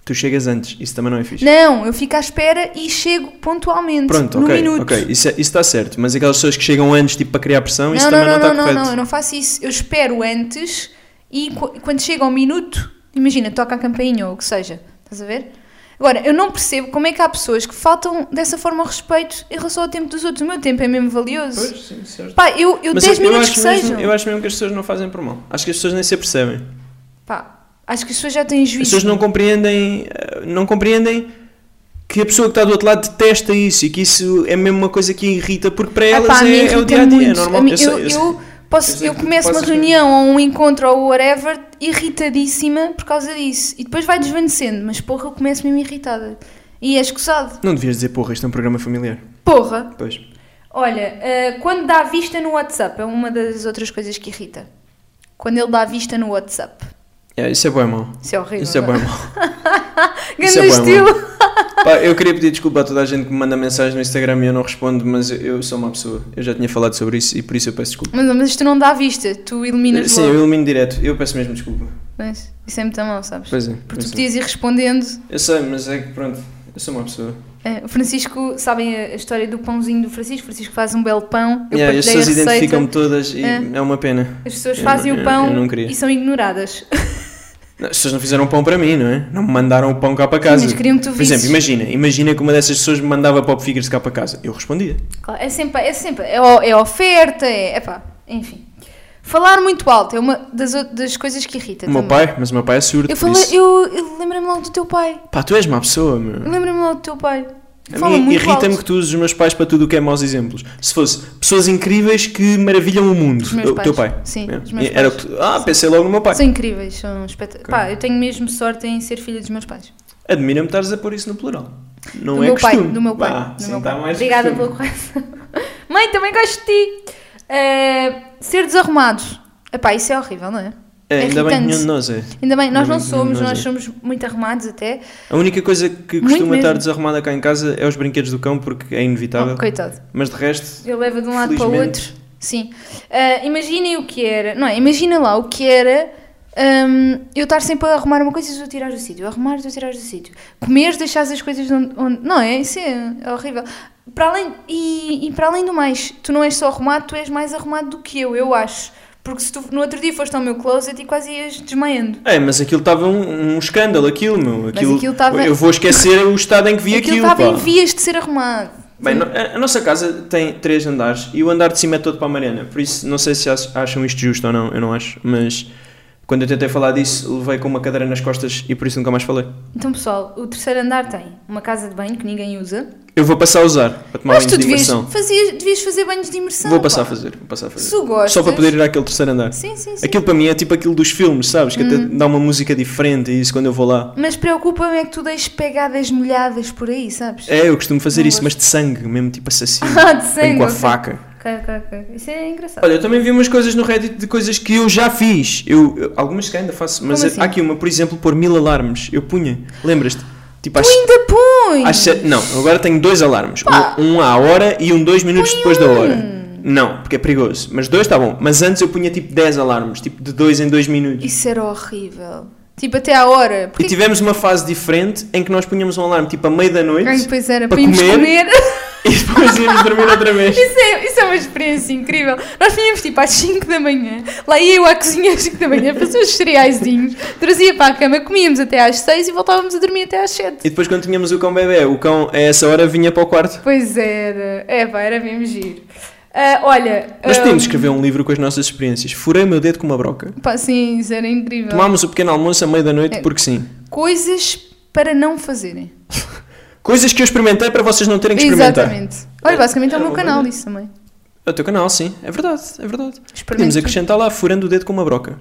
Tu chegas antes, isso também não é fixe. Não, eu fico à espera e chego pontualmente, Pronto, no ok, minuto. ok, isso, é- isso está certo, mas aquelas pessoas que chegam antes tipo, para criar pressão, Não, isso também não, não, não está não, não, correto. não, eu não faço isso. Eu espero antes e qu- quando chega ao minuto, imagina, toca a campainha ou o que seja, estás a ver? Agora, eu não percebo como é que há pessoas que faltam dessa forma ao respeito em relação ao tempo dos outros. O meu tempo é mesmo valioso. Pois, sim, certo. Pá, eu, eu Mas 10 eu minutos acho que mesmo- sejam. Eu acho mesmo que as pessoas não fazem por mal. Acho que as pessoas nem se apercebem. Pá, acho que as pessoas já têm As juízo. pessoas não compreendem, eh, não compreendem que a pessoa que está do outro lado detesta isso e que isso é mesmo uma coisa que irrita, porque para Ah, elas pá, a mim é, é o irrita dia a dia, é muito. normal. A mim- Eu sei- eu, eu sei. eu posso- eu sei eu que começo uma possas ver. reunião ou um encontro ou whatever irritadíssima por causa disso. E depois vai desvanecendo, mas porra, eu começo mesmo irritada. E é escusado. Não devias dizer, porra, isto é um programa familiar. Porra. Pois. Olha, eh, quando dá vista no WhatsApp, é uma das outras coisas que irrita. Quando ele dá vista no WhatsApp. É, isso é bom, irmão. Isso é horrível. Isso é bom, irmão. Grande isso é bué estilo. Pá, eu queria pedir desculpa a toda a gente que me manda mensagem no Instagram e eu não respondo, mas eu- eu sou uma pessoa. Eu já tinha falado sobre isso e por isso eu peço desculpa. mas, mas tu não dá vista, tu eliminas Sim, logo. eu elimino direto. Eu peço mesmo desculpa. Mas isso é muito mal, sabes? Pois é. Porque eu tu sei. podias ir respondendo. Eu sei, mas é que pronto, eu sou uma pessoa. Eh, o Francisco, sabem a a história do pãozinho do Francisco? O Francisco faz um belo pão. Eu Yeah, as partilhei a pessoas receita. identificam-me todas e É. é. uma pena. As pessoas Eu fazem não- o eu- pão eu não queria. e são ignoradas. Não, As pessoas não fizeram pão para mim, não é? Não me mandaram o pão cá para casa. Mas queriam que tu Por exemplo, visses. imagina, imagina que uma dessas pessoas me mandava Pop Figures cá para casa. Eu respondia. Claro, É sempre, é sempre, é, o- é oferta, é, epá, enfim. Falar muito alto é uma das, ou- das coisas que irrita o meu também. pai, mas o meu pai é surdo. Eu, por falei, isso. eu, eu lembrei-me logo do teu pai. Pá, tu és má pessoa, meu. Lembrei-me logo do teu pai. A Fala mim muito irrita-me que alto. tu uses os meus pais para tudo o que é maus exemplos. Se fosse pessoas incríveis que maravilham o mundo. Os meus O teu pais. pai. Sim, É. os meus Era o pais. que tu- Ah, pensei logo no meu pai. São incríveis, são espetaculares. Pá, eu tenho mesmo sorte em ser filha dos meus pais. Admira-me estares a pôr isso no plural. Não do é meu pai, costume. do meu pai. Vá, do sim, meu está pai. mais Obrigada costume. pela correção. Mãe, também gosto de ti. Eh, ser desarrumado. Epá, isso é horrível, não é? É, ainda bem que irritante. nenhum de nós é. Ainda bem, nós Ainda não bem que somos, nós nós é. somos muito arrumados até. A única coisa que Muito costuma estar mesmo. desarrumada cá em casa é os brinquedos do cão, porque é inevitável. Oh, coitado. Mas de resto, Eu levo de um lado para o Felizmente. outro. Sim. Ah, imaginem o que era. Não é? Imagina lá o que era hum, eu estar sempre a arrumar uma coisa e tu a tirar do sítio. Arrumar e tu a tirar do sítio. Comeres, deixares as coisas onde, onde- Não é? Isso é, é horrível. Para além, e, e para além do mais, tu não és só arrumado, tu és mais arrumado do que eu, eu acho. Porque se tu no outro dia foste ao meu closet e quase ias desmaiando. É, mas aquilo estava um, um escândalo, aquilo, meu. Aquilo, aquilo estava- Eu vou esquecer o estado em que vi aquilo aquilo. estava em pá. vias de ser arrumado. Bem, no- a, a nossa casa tem três andares e o andar de cima é todo para a Mariana, por isso não sei se ach- acham isto justo ou não, eu não acho, mas quando eu tentei falar disso, levei com uma cadeira nas costas e por isso nunca mais falei. Então, pessoal, o terceiro andar tem uma casa de banho que ninguém usa. Eu vou passar a usar para tomar Mas banho tu de devias, imersão. fazias- devias fazer banhos de imersão. Vou passar pá. a fazer, vou passar a fazer. Se tu gostas. Só para poder ir àquele terceiro andar. Sim, sim, Hum. sim. Aquilo para mim é tipo aquilo dos filmes, sabes? Que até dá uma música diferente e isso quando eu vou lá. Mas preocupa-me é que tu deixes pegadas molhadas por aí, sabes? É, eu costumo fazer Não isso, gosto. mas de sangue, mesmo tipo assassino. Ah, de Venho sangue. com a ok. faca. Ok, ok, ok. Isso é engraçado. Olha, eu também vi umas coisas no Reddit de coisas que eu já fiz. Eu, eu- algumas que ainda faço, mas Como assim? há aqui uma, por exemplo, pôr mil alarmes. Eu punha, lembras-te? Tipo, às, tu ainda pões! às sete- Não, agora tenho dois alarmes. Pá. Um, um à hora e um dois minutos Põe depois da um. hora. Não, porque é perigoso. Mas dois está bom. Mas antes eu punha tipo 10 alarmes, tipo de dois em dois minutos. Isso era horrível. Tipo, até à hora. E Porque tivemos uma fase diferente em que nós punhamos um alarme tipo à meia da noite Ai, pois era, para para irmos comer. comer. e depois íamos dormir outra vez. Isso é, isso é uma experiência incrível. Nós vinhamos tipo às 5 da manhã, lá ia eu à cozinha às 5 da manhã, fazia os cereaizinhos, trazia para a cama, comíamos até às 6 e voltávamos a dormir até às 7. E depois quando tínhamos o cão bebê, o cão a essa hora vinha para o quarto. Pois era, é pá, era mesmo giro. Ah, olha, Nós ah, podíamos escrever um livro com as nossas experiências. Furei o meu dedo com uma broca. pá, sim, isso era incrível. Tomámos o pequeno almoço à meia da noite É. porque sim. Coisas para não fazerem. Coisas que eu experimentei para vocês não terem que experimentar. Exatamente. Olha, basicamente é o Era meu uma canal maneira. isso também. É o teu canal, sim. É verdade, é verdade. Podíamos Experimento. acrescentar lá, furando o dedo com uma broca.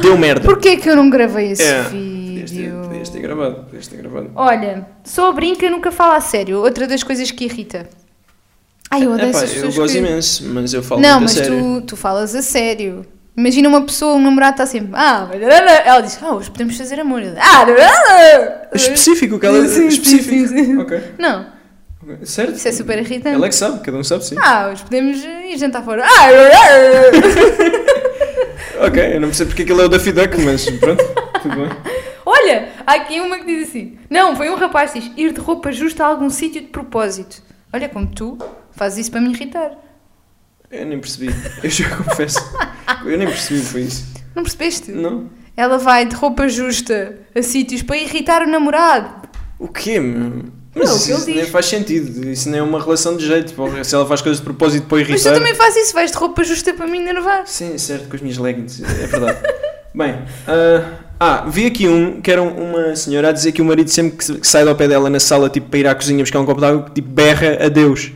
Deu merda. Porquê que eu não gravei esse É, vídeo? Podias ter- podias ter gravado, podias ter gravado. Olha, só brinca nunca fala a sério. Outra das coisas que irrita. Ai, eu odeio Epá, essas eu pessoas gosto que... imenso, mas eu falo Não, muito mas a sério. tu, tu falas a sério. Imagina uma pessoa, um namorado está sempre... Ah, blablabla." ela diz... Ah, hoje podemos fazer amor. Ele, ah, blablabla." É Específico, que ela Sim, sim, específico. sim, sim. Ok, Não, ok. Certo? isso é super irritante. Ela é que sabe, cada um sabe sim. Ah, hoje podemos eh, ir jantar fora. Ah, blablabla." Ok, eu não percebo porque aquilo é o Daffy Duck, mas pronto, tudo bem. Olha, há aqui uma que diz assim... Não, foi um rapaz que diz... Ir de roupa justa a algum sítio de propósito. Olha como tu fazes isso para me irritar. Eu nem percebi, eu já confesso. Eu nem percebi o que foi isso. Não percebeste? Não? Ela vai de roupa justa a sítios para irritar o namorado. O quê, meu? Mas Não, o que isso, ele isso nem diz. faz sentido. Isso nem é uma relação de jeito. porra. Se ela faz coisas de propósito para irritar. Mas tu também fazes isso, vais de roupa justa para me enervar. Sim, certo, com as minhas leggings. É verdade. Bem, ah, ah, vi aqui um que era uma senhora a dizer que o marido sempre que se- que sai do pé dela na sala, tipo, para ir à cozinha buscar um copo de água, tipo, berra a Deus.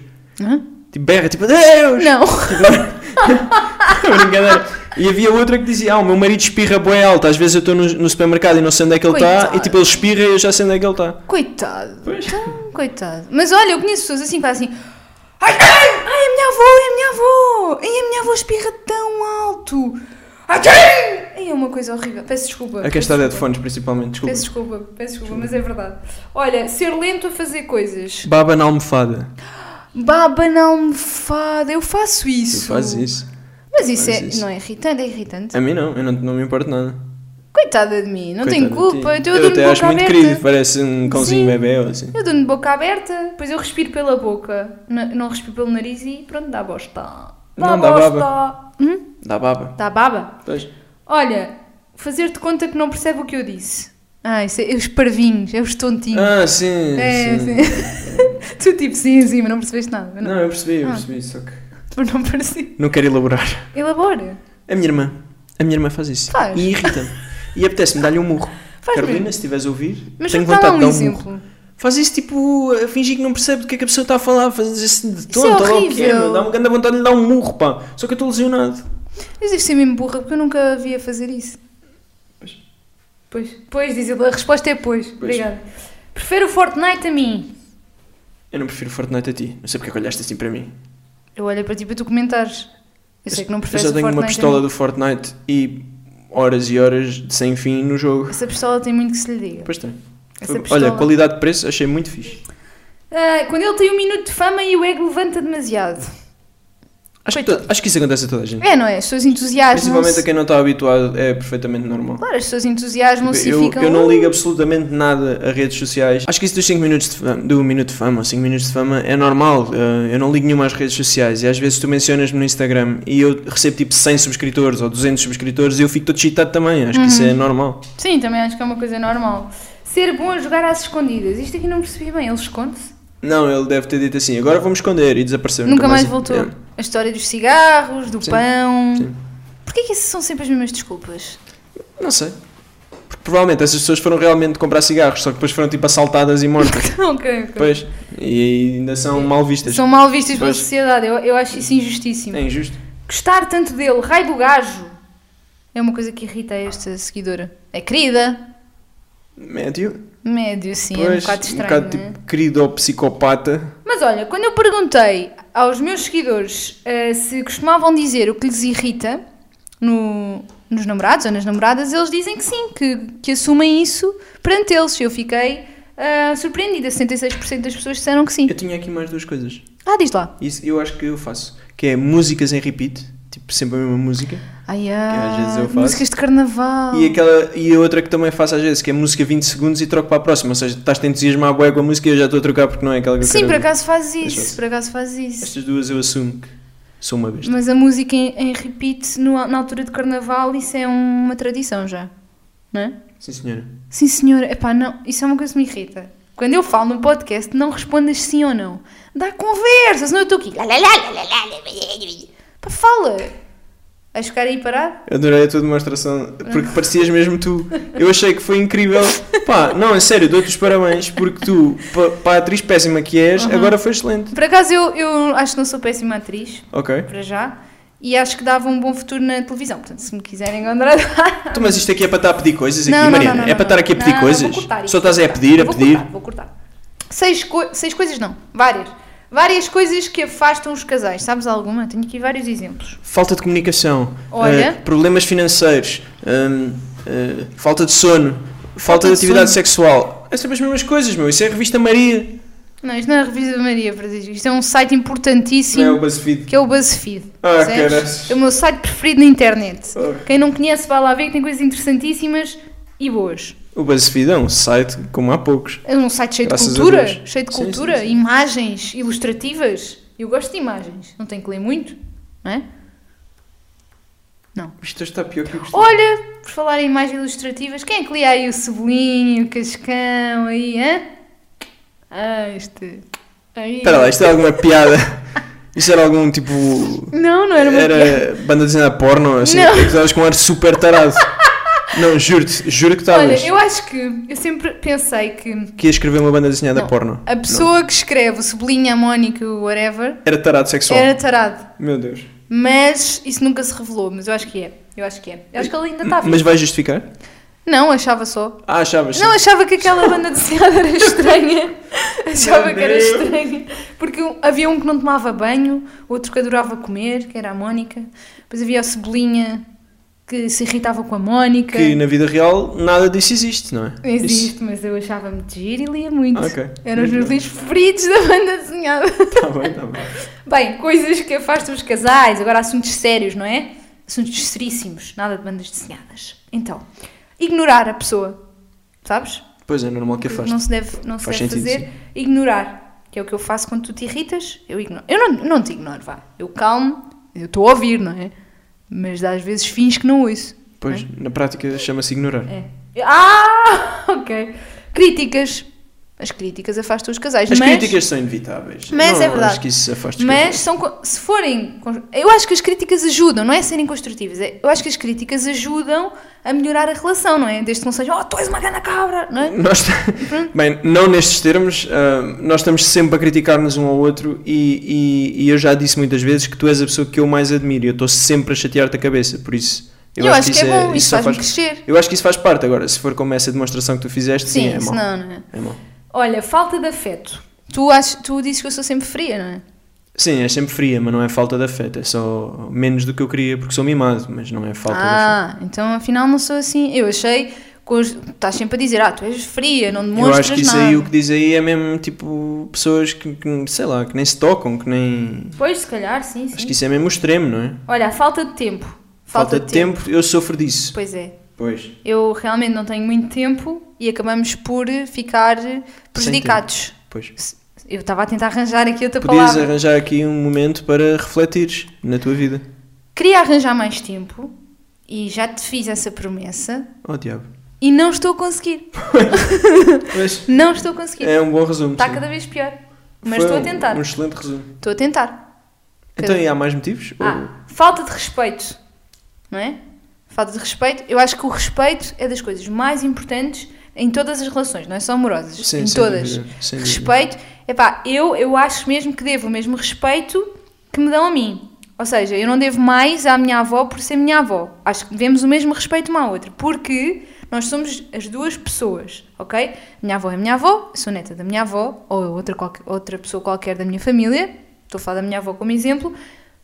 Tipo, berra, tipo, Deus! Não. É brincadeira. E havia outra que dizia, ah, o meu marido espirra bué alto, às vezes eu estou no, no supermercado e não sei onde é que ele está, Coitado. e tipo, ele espirra e eu já sei onde é que ele está. Coitado. Pois. Então, coitado. Mas olha, eu conheço pessoas assim que fazem assim. Ai, ai, ai, a minha avó, ai, a minha avó. Ai, a minha avó espirra tão alto. Ai, ai. Ai, é uma coisa horrível. Peço desculpa. A quem peço está de desculpa. headphones, principalmente, desculpa. Peço desculpa, peço desculpa, mas é verdade. Olha, ser lento a fazer coisas. Baba na almofada. Baba na almofada, eu faço isso. Tu fazes isso. Mas isso, Faz é, isso. não é irritante, é irritante. A mim não, eu não, não me importo nada. Coitada de mim, não Coitado tenho de culpa. ti. Então eu eu, até dou-me acho boca muito aberta. querido, parece um cãozinho Sim. bebê ou assim. Eu dou-me boca aberta, depois eu respiro pela boca, n- não respiro pelo nariz e pronto, dá bosta. Não dá bosta. Hum? Dá baba. Dá baba? Pois. Olha, fazer-te conta que não percebe o que eu disse. Ah, isso é, é os parvinhos, é os tontinhos. Ah, sim. é, sim. sim. tu tipo, sim, sim, mas não percebeste nada. Mas não, Não, eu percebi, eu Ah. percebi, só que. mas não parecia. Não quero elaborar. Elabora. A minha irmã. A minha irmã faz isso. Faz. E irrita-me. E apetece-me dar-lhe um murro. Faz Carolina, mesmo. se estiveres a ouvir, Mas tenho dá lá vontade de um dar um murro. exemplo. Faz isso tipo a fingir que não percebe do que é que a pessoa está a falar, faz assim de é tonto, ou lá o que é, horrível. meu. dá-me grande vontade de lhe dar um murro, pá. Só que eu estou lesionado. Mas deve ser mesmo burra, porque eu nunca a via fazer isso. Pois. Pois, pois, diz ele. A resposta é pois. Obrigada. Prefiro o Fortnite a mim. Eu não prefiro Fortnite a ti. Não sei porque é que olhaste assim para mim. Eu olho para ti para tu comentares. Eu sei que não preferes Eu o já tenho Fortnite uma a pistola mim. do Fortnite e horas e horas de sem fim no jogo. Essa pistola tem muito que se lhe diga. Pois tem. Essa pistola. Olha, qualidade de preço achei muito fixe. Ah, quando ele tem um minuto de fama e o ego levanta demasiado. Acho que, to- acho que isso acontece a toda a gente. É, não é? As pessoas entusiasmam. Principalmente a quem não está habituado, é perfeitamente normal. Tipo, Claro, as pessoas entusiasmam-se e Eu, ficam. eu não ligo absolutamente nada a redes sociais. Acho que isso dos 5 minutos de fama, do minuto de fama ou 5 minutos de fama é normal. Eh, eu não ligo nenhuma às redes sociais. E às vezes tu mencionas-me no Instagram e eu recebo tipo 100 subscritores ou 200 subscritores e eu fico todo excitado também. Acho que isso Uhum. é normal. Sim, também acho que é uma coisa normal. Ser bom a jogar às escondidas. Isto aqui não percebi bem. Ele esconde-se? Não, ele deve ter dito assim: agora vou-me esconder e desapareceu. Nunca, mais, voltou. É. A história dos cigarros, do Sim, pão. sim. Porquê que essas são sempre as mesmas desculpas? Não sei. Porque provavelmente essas pessoas foram realmente comprar cigarros, só que depois foram tipo assaltadas e mortas. ok, ok. Depois. E ainda são mal vistas. São mal vistas pela Pois. sociedade. Eu, eu acho isso injustíssimo. É injusto. Gostar tanto dele, raio do gajo. É uma coisa que irrita esta seguidora. É querida. Médio. Médio, sim, é um Pois, bocado estranho. não é? tipo querido ou psicopata. Mas olha, quando eu perguntei aos meus seguidores eh, se costumavam dizer o que lhes irrita no- nos namorados ou nas namoradas, eles dizem que sim, que, que assumem isso perante eles. Eu fiquei ah, surpreendida. 76% das pessoas disseram que sim. Eu tinha aqui mais duas coisas. Ah, diz lá. Isso eu acho que eu faço. Que é músicas em repeat, tipo sempre a mesma música. Ai, às vezes ah, eu faço. músicas de carnaval. E, aquela, e a outra que também faço às vezes, que é música 20 segundos e troco para a próxima. Ou seja, estás-te a entusiasmar a bué com a música e eu já estou a trocar porque não é aquela que eu Sim, quero por ouvir. acaso faz Deixa isso. Por acaso faz isso. Estas duas eu assumo que sou uma besta. Mas a música em, em repeat no- na altura de carnaval, isso é uma tradição já. Não é? Sim, senhora. Sim, senhor. Epá, não. Isso é uma coisa que me irrita. Quando eu falo no podcast, não respondas sim ou não. Dá conversa, senão eu estou aqui. Lá, lá, lá, lá, lá, lá, lá, lá. Pá, fala. Vais ficar aí parado? Adorei a tua demonstração, porque parecias mesmo tu. Eu achei que foi incrível. Pá, não, é sério, dou-te os parabéns, porque tu, pa- para a atriz péssima que és, agora foi excelente. Por acaso, eu, eu acho que não sou péssima atriz, Ok. para já. E acho que dava um bom futuro na televisão. Portanto, se me quiserem contratar. Então, mas isto aqui é para estar a pedir coisas aqui, Não, não, Mariana? não, não, é para não, estar aqui a não. pedir Não, não, coisas? vou cortar Só isto, estás aí a vou pedir, a cortar, pedir. Vou cortar, vou cortar. Seis, co- seis coisas não, várias. Várias coisas que afastam os casais. Sabes alguma? Tenho aqui vários exemplos. Falta de comunicação. Olha. eh, problemas financeiros. hum, eh, falta de sono. Falta de de atividade sono. sexual. É sempre as mesmas coisas, meu. Isso é a revista Maria. Não, isto não é a Revista da Maria, Francisco. Isto é um site importantíssimo. Não é o BuzzFeed. que é o BuzzFeed. Ah, percebes? caras. É o meu site preferido na internet. Ah. Quem não conhece, vai lá ver que tem coisas interessantíssimas e boas. O BuzzFeed é um site como há poucos. É um site cheio Graças a de cultura, Deus. cheio de Sim, cultura, sim, sim. imagens ilustrativas. Eu gosto de imagens, não tenho que ler muito, não é? Isto está pior que eu gostei. Olha, por falar em imagens ilustrativas, quem é que lia aí o Cebolinho, o Cascão, aí, hã? Ah, este. Aí. Espera lá, isto é alguma piada? Isso era algum tipo. Não, não era uma piada. Era banda desenhada porno, assim, Não. que estavas com um ar super tarado. Não, juro-te, juro que estavas. Olha, eu acho que eu sempre pensei que Que ia escrever uma banda desenhada Não, porno. A pessoa que escreve o sublinha, a Mónica, o whatever, Era tarado sexual. era tarado. Meu Deus. Mas isso nunca se revelou, mas eu acho que é. Eu acho que é. Eu acho que ele ainda está vivo. Mas vais justificar? Não, achava só. Ah, achavas. Não, achava que aquela banda desenhada era estranha. Achava Meu que era Deus. estranha. Porque um- havia um que não tomava banho, outro que adorava comer, que era a Mónica. Depois havia a Cebolinha, que se irritava com a Mónica. Que na vida real nada disso existe, não é? Existe, mas eu achava-me de giro e lia muito. Ah, ok. Eram os Muito meus bem. livros preferidos da banda desenhada. Está tá bem, está bem. Bem, coisas que afastam os casais, agora assuntos sérios, não é? Assuntos seríssimos, nada de bandas desenhadas. Então, ignorar a pessoa, sabes? Pois é, normal que afaste. Não se deve, não se Faz deve sentido, fazer. Ignorar, que é o que eu faço quando tu te irritas, eu ignoro. Eu não, não te ignoro, vá. Eu calmo, eu estou a ouvir, não é? Mas às vezes fins que não ouço. Pois, na prática chama-se ignorar. É. Ah, ok. Críticas. As críticas afastam os casais, As mas... críticas são inevitáveis. mas não, é verdade. Acho que isso afasta. os Mas são, co- se forem. con- Eu acho que as críticas ajudam, não é serem construtivas. é- Eu acho que as críticas ajudam a melhorar a relação, não é? Desde que não sejam, oh, tu és uma gana cabra, não é? Nós, bem, não nestes termos, ah, nós estamos sempre a criticar-nos um ao outro e, e- e eu já disse muitas vezes que tu és a pessoa que eu mais admiro e eu estou sempre a chatear-te a cabeça, por isso. Eu, acho, que, é bom, isso só faz-me crescer. Eu acho que isso faz parte agora, se for como essa demonstração que tu fizeste, sim, Sim, é isso mau. não, não é? É mau. Olha, falta de afeto. Tu, ach, tu dizes que eu sou sempre fria, não é? Sim, é sempre fria, mas não é falta de afeto, é só menos do que eu queria porque sou mimado, mas não é falta de afeto. ah, então afinal não sou assim. Eu achei. com os- estás sempre a dizer, ah, tu és fria, não Eu demonstras acho que isso nada. aí, o que diz aí é mesmo tipo pessoas que, que, sei lá, que nem se tocam, que nem. Pois, se calhar, sim, sim. Acho que isso é mesmo o extremo, não é? Olha, a falta de tempo. Falta, de tempo, eu sofro disso. Pois é. Pois. Eu realmente não tenho muito tempo e acabamos por ficar prejudicados. Pois. Eu estava a tentar arranjar aqui outra Podias palavra. arranjar aqui um momento para refletires na tua vida. Queria arranjar mais tempo e já te fiz essa promessa Oh diabo. e não estou a conseguir. Mas Não estou a conseguir. é um bom resumo. Está sim. cada vez pior. tá Mas Foi estou a um- tentar. Um excelente resumo. Estou a tentar. Então, e há mais motivos? Ou- Ah, falta de respeito. Não é? Falta de respeito. Eu acho que o respeito é das coisas mais importantes em todas as relações, não é só amorosas. Sim, em sem todas. dúvida, sem dúvida. respeito. Epá, eu, eu acho mesmo que devo o mesmo respeito que me dão a mim. Ou seja, eu não devo mais à minha avó por ser minha avó. Acho que devemos o mesmo respeito uma à outra. Porque nós somos as duas pessoas, ok? Minha avó é minha avó, eu sou neta da minha avó, ou outra, qualquer- outra pessoa qualquer da minha família. Estou a falar da minha avó como exemplo.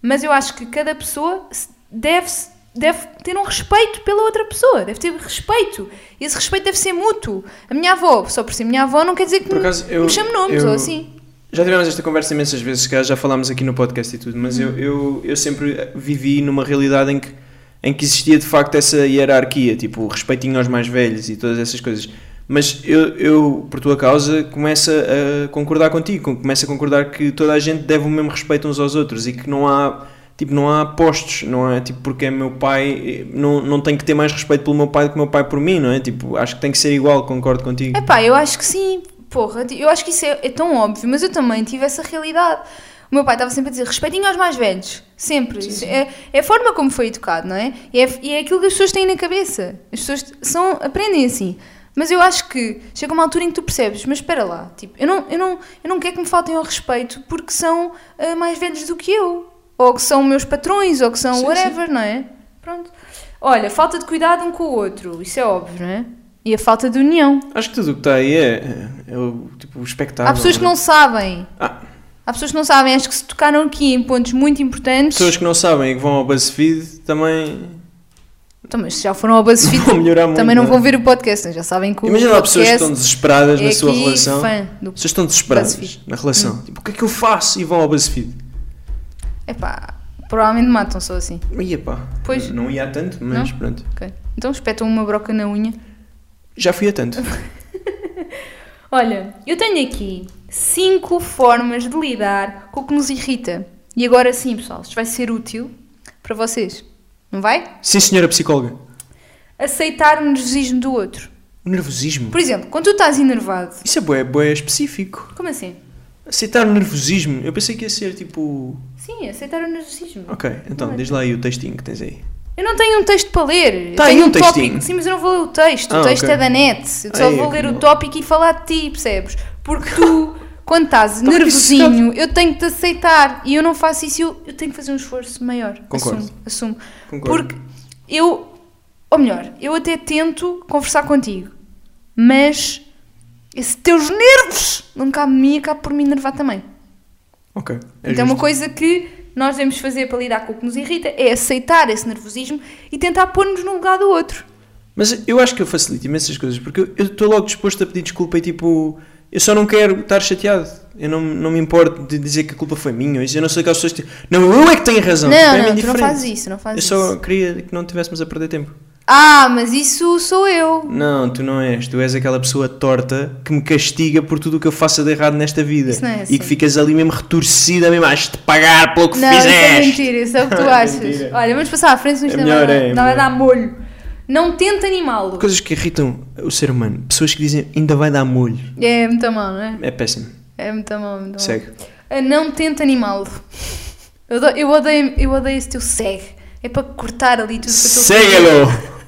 Mas eu acho que cada pessoa se- deve, se- deve ter um respeito pela outra pessoa. Deve ter respeito. E esse respeito deve ser mútuo. A minha avó, só por ser minha avó, não quer dizer que Por me- acaso, me, eu- chame nomes eu- ou assim. Já tivemos esta conversa imensas vezes, cá, já falámos aqui no podcast e tudo, mas Uhum. eu, eu, eu sempre vivi numa realidade em que, em que existia de facto essa hierarquia, tipo o respeitinho aos mais velhos e todas essas coisas. Mas eu, eu por tua causa, começo a concordar contigo, começo a concordar que toda a gente deve o mesmo respeito uns aos outros e que não há. Tipo, não há postos, não é? Tipo, porque é meu pai, não, não tenho que ter mais respeito pelo meu pai do que o meu pai por mim, não é? Tipo, acho que tem que ser igual, concordo contigo. Epá, eu acho que sim, porra, ti- eu acho que isso é, é tão óbvio, mas eu também tive essa realidade. O meu pai estava sempre a dizer respeitinho aos mais velhos, sempre. Isso É, é a forma como foi educado, não é? E, é? e é aquilo que as pessoas têm na cabeça. As pessoas t- são, aprendem assim. Mas eu acho que chega uma altura em que tu percebes, mas espera lá, tipo, eu não, eu não, eu não quero que me faltem ao respeito porque são ah, mais velhos do que eu. Ou que são meus patrões, ou que são Sim, whatever, não é? Pronto. Olha, falta de cuidado um com o outro, isso é óbvio, não é? E a falta de união. Acho que tudo o que está aí é, é o, tipo, o espectáculo. Há pessoas que não sabem. Ah. Há pessoas que não sabem. Acho que se tocaram aqui em pontos muito importantes. Pessoas que não sabem e que vão ao BuzzFeed também Então, mas se já foram ao BuzzFeed, vão melhorar muito. também não é? vão ver o podcast. né? Já sabem que o Imagina lá pessoas que podcast estão desesperadas é na sua aqui relação. fã do... Pessoas estão desesperadas BuzzFeed. Hum. na relação. Tipo, o que é que eu faço? E vão ao BuzzFeed. Epá, provavelmente matam só assim. Ia pá. Pois. Não ia a tanto, mas pronto. Ok. Então espetam uma broca na unha. Já fui a tanto. Olha, eu tenho aqui cinco formas de lidar com o que nos irrita. E agora sim, pessoal, isto vai ser útil para vocês. Não vai? Sim, senhora psicóloga. Aceitar o nervosismo do outro. O nervosismo. Por exemplo, quando tu estás enervado. Isso é bué, bué específico. Como assim? Aceitar o nervosismo. Eu pensei que ia ser tipo. Sim, aceitar o nervosismo. Ok, é então, diz lá aí o textinho que tens aí. Eu não tenho um texto para ler. Eu Tá aí tenho um tópico. textinho. Sim, mas eu não vou ler o texto. Ah, o texto ok. é da net. Eu só Aí é vou que ler o não. tópico e falar de ti, percebes? Porque tu, quando estás nervosinho, eu tenho que te aceitar. E eu não faço isso. Eu, eu tenho que fazer um esforço maior. Concordo. Assumo. assumo. Concordo. Porque eu. Ou melhor, eu até tento conversar contigo. Mas. Esses teus nervos não cabe a mim e cabe por mim nervar também. Ok. É Então, uma justo. coisa que nós devemos fazer para lidar com o que nos irrita é aceitar esse nervosismo e tentar pôr-nos no lugar do outro. Mas eu acho que eu facilito imensas coisas, porque eu- eu estou logo disposto a pedir desculpa e tipo, eu só não quero estar chateado. Eu não, não me importo de dizer que a culpa foi minha. Eu não sou aquelas pessoas que. Não, eu é que tenho razão. Tipo, é-me não, não, tu não indiferente. fazes isso, não Eu fazes só isso. queria que não tivéssemos a perder tempo. Ah, mas isso sou eu. Não, tu não és. Tu és aquela pessoa torta que me castiga por tudo o que eu faça de errado nesta vida. Isso não é E assim. que ficas ali mesmo retorcida, mesmo has de pagar pelo que não, isso é fizeste. mentira, isso é o que tu É achas. mentira. Olha, vamos passar à frente, senão isto É não melhor, vai dar- é não vai melhor. dar molho. Não tenta animá-lo. Coisas que irritam o ser humano. Pessoas que dizem ainda vai dar molho. É muito mal, não é? É péssimo. É muito mal, muito mal. Segue. Ah, Não tenta animá-lo. Eu, do- eu odeio, eu odeio esse teu segue. É para cortar ali tudo para tu- Segue-lo!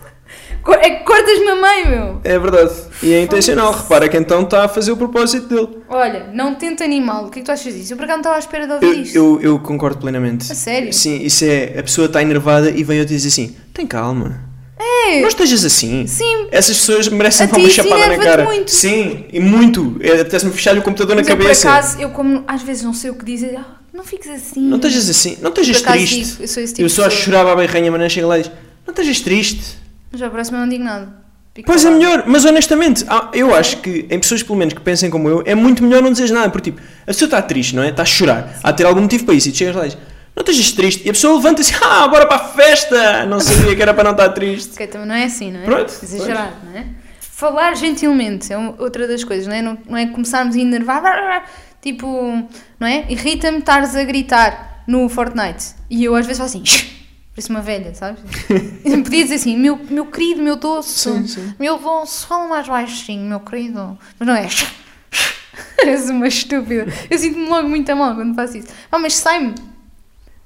Co- É que cortas-me a meio, meu. É verdade. E é intencional. Repara que então está a fazer o propósito dele. Olha, não tenta animá-lo. O que é que tu achas disso? Eu por acaso não estava à espera de ouvir Eu, isto. eu, eu concordo plenamente. A sério? Sim, isso é. A pessoa está enervada e vem eu dizer assim: tem calma. É, Não estejas assim. sim. Essas pessoas merecem A levar ti uma isso chapada na enerva-te cara. muito. Sim, e muito. É, Apetece-me fechar-lhe o computador Mas na eu, por cabeça. acaso, eu como às vezes não sei o que dizer, ah, não fiques assim. Não estejas assim. Não estejas Por acaso triste. digo, eu sou esse tipo eu de só pessoa. chorava à berranha, mas não chega lá e diz: não estejas triste. Mas a próxima eu não digo nada. Pico Pois é lá. melhor, mas honestamente, há- eu acho que em pessoas pelo menos que pensem como eu, é muito melhor não dizeres nada, porque tipo, a pessoa está triste, não é? Está a chorar, há de ter algum motivo para isso, e tu chegas lá e dizes, não estejas triste, e a pessoa levanta-se, ah, bora para a festa! Não sabia que era para não estar triste. Ok, também não é assim, não é? Pronto, Exagerado, não é? Falar gentilmente é um- outra das coisas, não é? Não, não é começarmos a enervar, blá, blá, blá, tipo, não é? Irrita-me estares a gritar no Fortnite e eu às vezes faço assim, "Shh", parece uma velha, sabes? Eu Podia dizer assim, meu, meu querido, meu doce, Sim, sim. meu doce, fala mais baixinho, meu querido, mas não é. "Shh, shh". És uma estúpida. Eu sinto-me logo muito a mal quando faço isso. Ah, mas sai-me.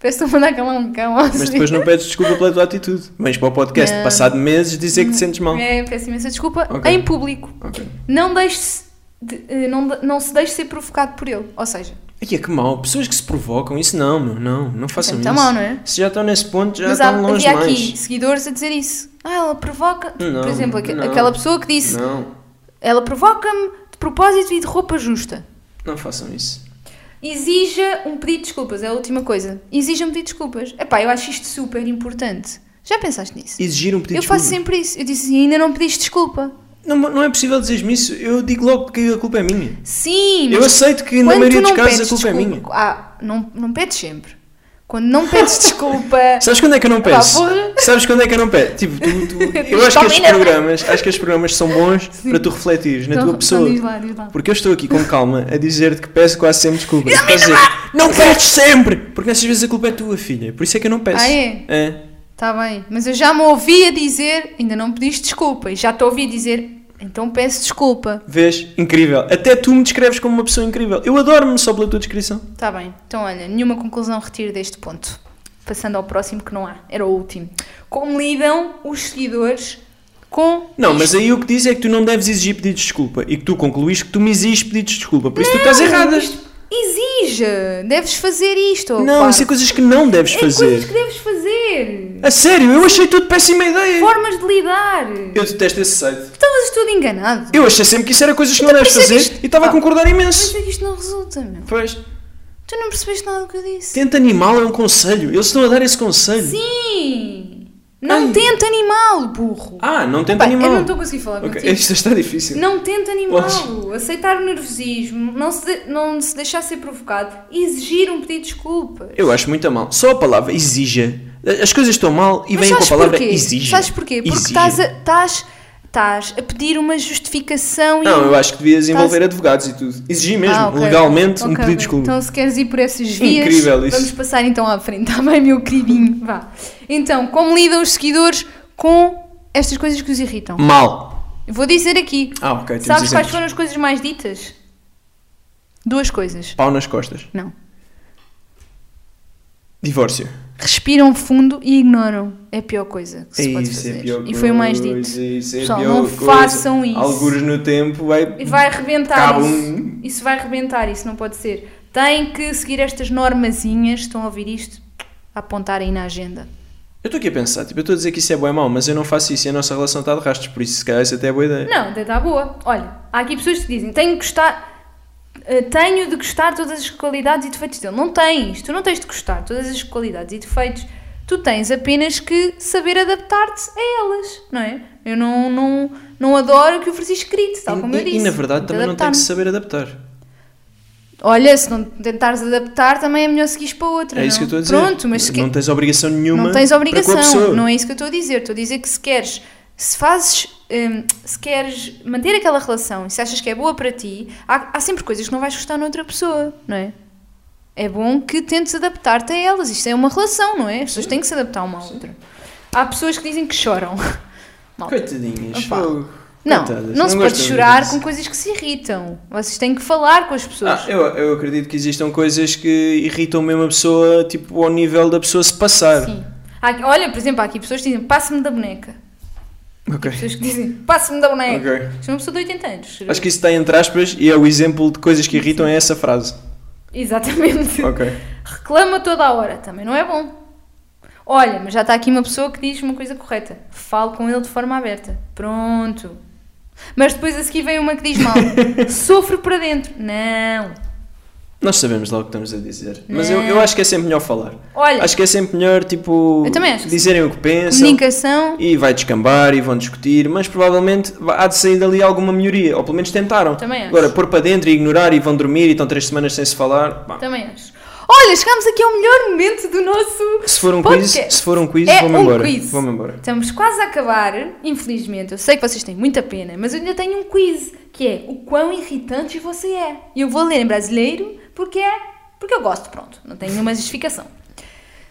Parece que estou a mandar calar um cão. Mas depois não pedes desculpa pela tua atitude. Vens para o podcast, Não. passado meses, dizer que te sentes mal. É, peço imensa desculpa. Ok. Em público. Ok. Não deixe-se. de- eh, Não, de- não se deixe ser provocado por ele. Ou seja, Ai, é que mal, pessoas que se provocam, isso não, meu, não, não façam Então, isso. tá mal, não é? Se já estão nesse ponto, já mas há, estão longe havia mais. aqui seguidores a dizer isso. Ah, ela provoca. Não, por exemplo, aque- não. aquela pessoa que disse: Não, Ela provoca-me de propósito e de roupa justa. não façam isso. Exija um pedido de desculpas, é a última coisa. Exija um pedido de desculpas. Epá, eu acho isto super importante. Já pensaste nisso? Exigir um pedido eu de faço desculpa. sempre isso. Eu disse: assim, Ainda não pediste desculpa. Não, não é possível dizer-me isso. Eu digo logo que a culpa é minha. Sim, Eu mas aceito que na Quando maioria tu dos não casos a pedes culpa é minha. desculpa- Ah, não, não pedes sempre. Quando não pedes desculpa. Sabes quando é que eu não Pá, peço? porra. Sabes quando é que eu não peço? Tipo, tu- tu- eu acho que estes Domina. programas, acho que estes programas são bons para tu refletires na Então- tua pessoa. então diz lá, diz lá. Porque eu estou aqui com calma a dizer-te que peço quase sempre desculpa. Estás a dizer, não pedes sempre! Porque nessas vezes a culpa é tua, filha. Por isso é que eu não peço. Ah, é? É. Está bem, mas eu já me ouvia dizer, ainda não pediste desculpa, e já te ouvi dizer, então peço desculpa. Vês? Incrível. Até tu me descreves como uma pessoa incrível. Eu adoro-me só pela tua descrição. Está bem, então olha, nenhuma conclusão retiro deste ponto. Passando ao próximo que não há, era o último. Como lidam os seguidores com. Não, mas isto? aí o que diz é que tu não deves exigir pedidos de desculpa e que tu concluís que tu me exiges pedidos de desculpa. Por isso tu estás errada. Isto Exija! Deves fazer isto! Não, pá. isso é coisas que não deves É fazer. coisas que deves fazer! A sério, eu achei tudo péssima ideia. Formas de lidar! Estavas Eu detesto esse site. tudo enganado! Eu achei sempre que isso era coisas que não Então, deves por isso é fazer que isto- e estava a Ah. concordar Mas imenso. é que isto não resulta, meu. Pois. Tu não percebeste nada do que eu disse. Tenta animal é um conselho. Eles estão a dar esse conselho. Sim! Não Ai. tenta animal, burro! Ah, não tenta Pá, animal. Eu não estou a conseguir falar Ok, contigo. Isto está difícil. Não tenta animal, Podes. aceitar o nervosismo, não se, de- não se deixar ser provocado, exigir um pedido de desculpa. Eu acho muito a mal. Só a palavra exija. As coisas estão mal e Mas vêm com a sabes palavra porquê? exija. Sabes porquê? Porque Exija. estás a, estás, estás a pedir uma justificação e. Não, eu acho que devias Estás- envolver advogados e tudo. Exigir mesmo, Ah, ok. legalmente, um Ok, pedido de ok. desculpa. Então, se queres ir por essas vias, Incrível isso. vamos passar então à frente, está bem, meu queridinho? Vá. Então, como lidam os seguidores com estas coisas que os irritam? Hum. Mal. Eu Vou dizer aqui. Ah, ok, temos Sabes quais exemplos. foram as coisas mais ditas? Duas coisas. Pau nas costas. Não. Divórcio. Respiram fundo e ignoram. É a pior coisa que se pode fazer. e foi o mais dito. é Isso é Pessoal, não façam isso. Algures no tempo vai... E vai arrebentar Cabo isso. um. Isso vai arrebentar, isso não pode ser. Tem que seguir estas normazinhas. Estão a ouvir isto? A apontar aí na agenda. Eu estou aqui a pensar, tipo, eu estou a dizer que isso é bom e mau, mas eu não faço isso e a nossa relação está de rastros, por isso se calhar isso até é boa ideia. Não, até está boa. Olha, há aqui pessoas que dizem: tenho que gostar. eh, Tenho de gostar de todas as qualidades e defeitos dele. Não tens, tu não tens de gostar de todas as qualidades e defeitos. Tu tens apenas que saber adaptar-te a elas, não é? Eu não, não, não adoro o que o Francisco grite, tal como e, eu disse. e na verdade Tenho de também não tem que adaptar-me. saber adaptar. Olha, se não tentares adaptar, também é melhor seguires para outra. É isso que eu não? estou a dizer. Pronto, mas se que- não tens obrigação nenhuma não tens para com a pessoa. obrigação, não é isso que eu estou a dizer. Estou a dizer que se queres, se fazes, hum, se queres manter aquela relação e se achas que é boa para ti, há, há sempre coisas que não vais gostar noutra pessoa, não é? É bom que tentes adaptar-te a elas. Isto é uma relação, não é? As pessoas têm que se adaptar uma à outra. Há pessoas que dizem que choram. Malta. Coitadinhas, Opa. fogo. Não, Coitadas, não se gosto pode de ouvir chorar isso. com coisas que se irritam. Vocês têm que falar com as pessoas. Ah, eu, eu acredito que existam coisas que irritam mesmo a pessoa, tipo, ao nível da pessoa se passar. Sim. Há aqui- olha, por exemplo, há aqui pessoas que dizem passa-me da boneca. Ok. Pessoas que dizem passa-me da boneca. Ok. Ah, Isto é uma pessoa de 80 anos. Acho que isso está entre aspas e é o exemplo de coisas que irritam é essa frase. Exatamente. Ok. Reclama toda a hora, também não é bom. Olha, mas já está aqui uma pessoa que diz uma coisa correta. Falo com ele de forma aberta. Pronto. Mas depois a seguir vem uma que diz mal. Sofre para dentro. Não. Nós sabemos lá o que estamos a dizer. Mas eu, eu acho que é sempre melhor falar. Olha, Acho que é sempre melhor, tipo, Eu também acho que dizerem o que pensam. comunicação. E vai descambar e vão discutir, mas provavelmente há de sair dali alguma melhoria, ou pelo menos tentaram. Também acho. Agora, pôr para dentro e ignorar e vão dormir e estão três semanas sem se falar. pá. Também acho. Olha, chegámos aqui ao melhor momento do nosso. Se for um Podcast. quiz, se for um quiz, É vou-me um embora. quiz. Vou-me embora. Estamos quase a acabar, infelizmente. Eu sei que vocês têm muita pena, mas eu ainda tenho um quiz que é o quão irritante você é. E eu vou ler em brasileiro porque é porque eu gosto, pronto. Não tem nenhuma justificação.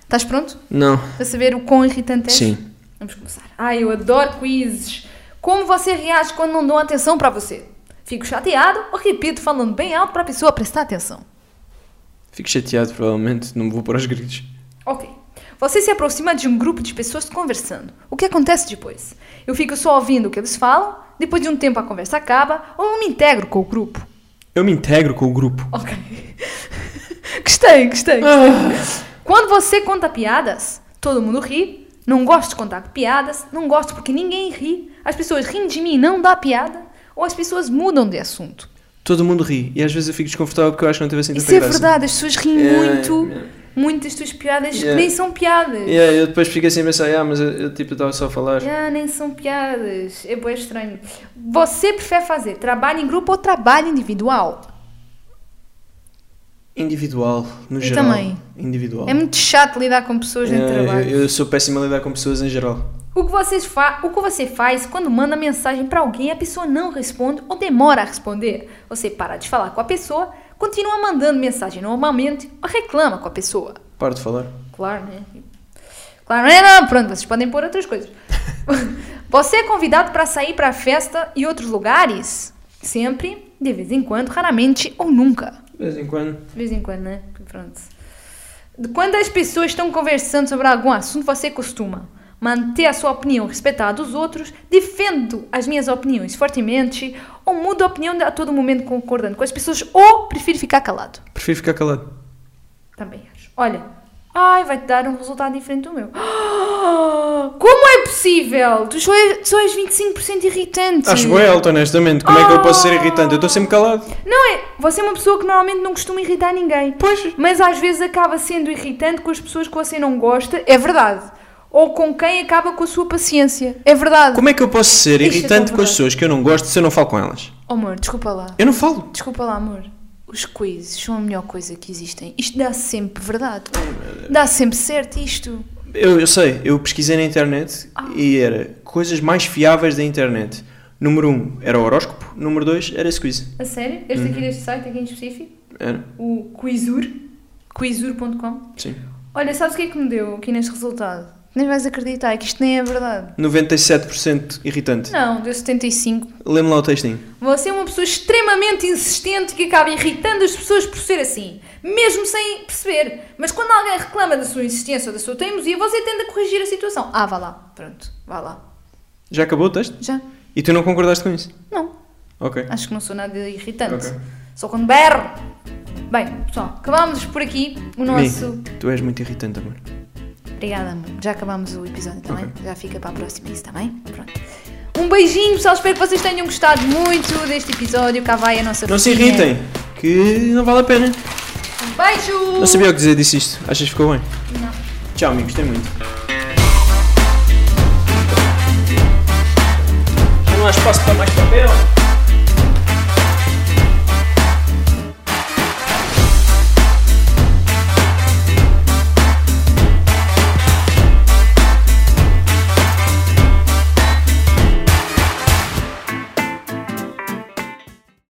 Estás pronto? Não. Para saber o quão irritante és? Sim. Vamos começar. Ai, eu adoro quizzes. Como você reage quando não dão atenção para você? Fico chateado ou repito falando bem alto para a pessoa prestar atenção? Fico chateado, provavelmente. Não me vou pôr aos gritos. Ok. Você se aproxima de um grupo de pessoas conversando. O que acontece depois? Eu fico só ouvindo o que eles falam, depois de um tempo a conversa acaba ou eu me integro com o grupo? Eu me integro com o grupo. Ok. gostei, gostei. Ah. Ah! Quando você conta piadas, todo mundo ri. Não gosto de contar piadas, não gosto porque ninguém ri. As pessoas riem de mim e não dá piada. Ou as pessoas mudam de assunto. Todo mundo ri. E às vezes eu fico desconfortável porque eu acho que não teve assim tanta Isso é graça. verdade, as pessoas riem Yeah, muito. yeah. Muitas das tuas piadas Yeah. nem são piadas. E aí eu depois fico assim a pensar, ah, mas eu, eu, tipo, estava só a falar. Ah, nem são piadas. É bem estranho. Você prefere fazer trabalho em grupo ou trabalho individual? Individual, no Eu geral. também. Individual. É muito chato lidar com pessoas dentro do É, trabalho. eu, eu sou péssimo a lidar com pessoas em geral. O, que vocês fa o que você faz quando manda mensagem pra alguém e a pessoa não responde ou demora a responder? Você para de falar com a pessoa, continua mandando mensagem normalmente ou reclama com a pessoa? Paro de falar. Claro, né? Claro, né? Não, pronto, vocês podem pôr outras coisas. Você é convidado para sair para festa e outros lugares? Sempre, de vez em quando, raramente ou nunca. De vez em quando. De vez em quando, né? Pronto. De Quando as pessoas estão conversando sobre algum assunto, você costuma manter a sua opinião respeitada dos outros, defendo as minhas opiniões fortemente ou mudo a opinião a todo momento concordando com as pessoas ou prefiro ficar calado? Prefiro ficar calado. Também acho. Olha, ai, vai-te dar um resultado diferente do meu. Como é possível? Tu só és, só és 25% irritante. Acho bem alto, honestamente. Como é que eu posso Ah! ser irritante? Eu estou sempre calado. Não é? Você é uma pessoa que normalmente não costuma irritar ninguém. Pois. Mas às vezes acaba sendo irritante com as pessoas que você não gosta. É verdade. Ou com quem acaba com a sua paciência. É verdade. Como é que eu posso ser Isto é irritante tão com as verdade. pessoas que eu não gosto se eu não falo com elas? Oh, amor, desculpa lá. Eu não falo. Desculpa lá, amor. Os quizzes são a melhor coisa que existem. Isto dá sempre verdade. Dá sempre certo isto. Eu, eu sei, eu pesquisei na internet Ah. e era coisas mais fiáveis da internet. Número 1 um era o horóscopo, número 2 era esse quiz. A sério? Este Uhum. aqui deste site, aqui em específico? Era, o Quizur, quizur.com. sim. Olha, sabes o que é que me deu aqui neste resultado? Nem vais acreditar, que isto nem é verdade. 97% irritante. Não, deu 75. Lê-me lá o textinho. Você é uma pessoa extremamente insistente que acaba irritando as pessoas por ser assim, mesmo sem perceber. Mas quando alguém reclama da sua insistência ou da sua teimosia, você tenta corrigir a situação. Ah, vá lá. Pronto, vá lá. Já acabou o texto? Já? E tu não concordaste com isso? Não. Ok. Acho que não sou nada irritante. Ok. Só quando berro. Bem, pessoal, acabamos por aqui o Mi, nosso. tu és muito irritante, amor. Obrigada, amor. Já acabamos o episódio, tá bem? Ok. Já fica para a próxima isso, tá bem? Pronto. Um beijinho, pessoal. Espero que vocês tenham gostado muito deste episódio. Cá vai a nossa Não se cozinha. irritem, que não vale a pena. Um beijo! Não sabia o que dizer disso isto. Achas que ficou bem? Não. Tchau, amigos, gostei muito. Não há espaço para mais papel?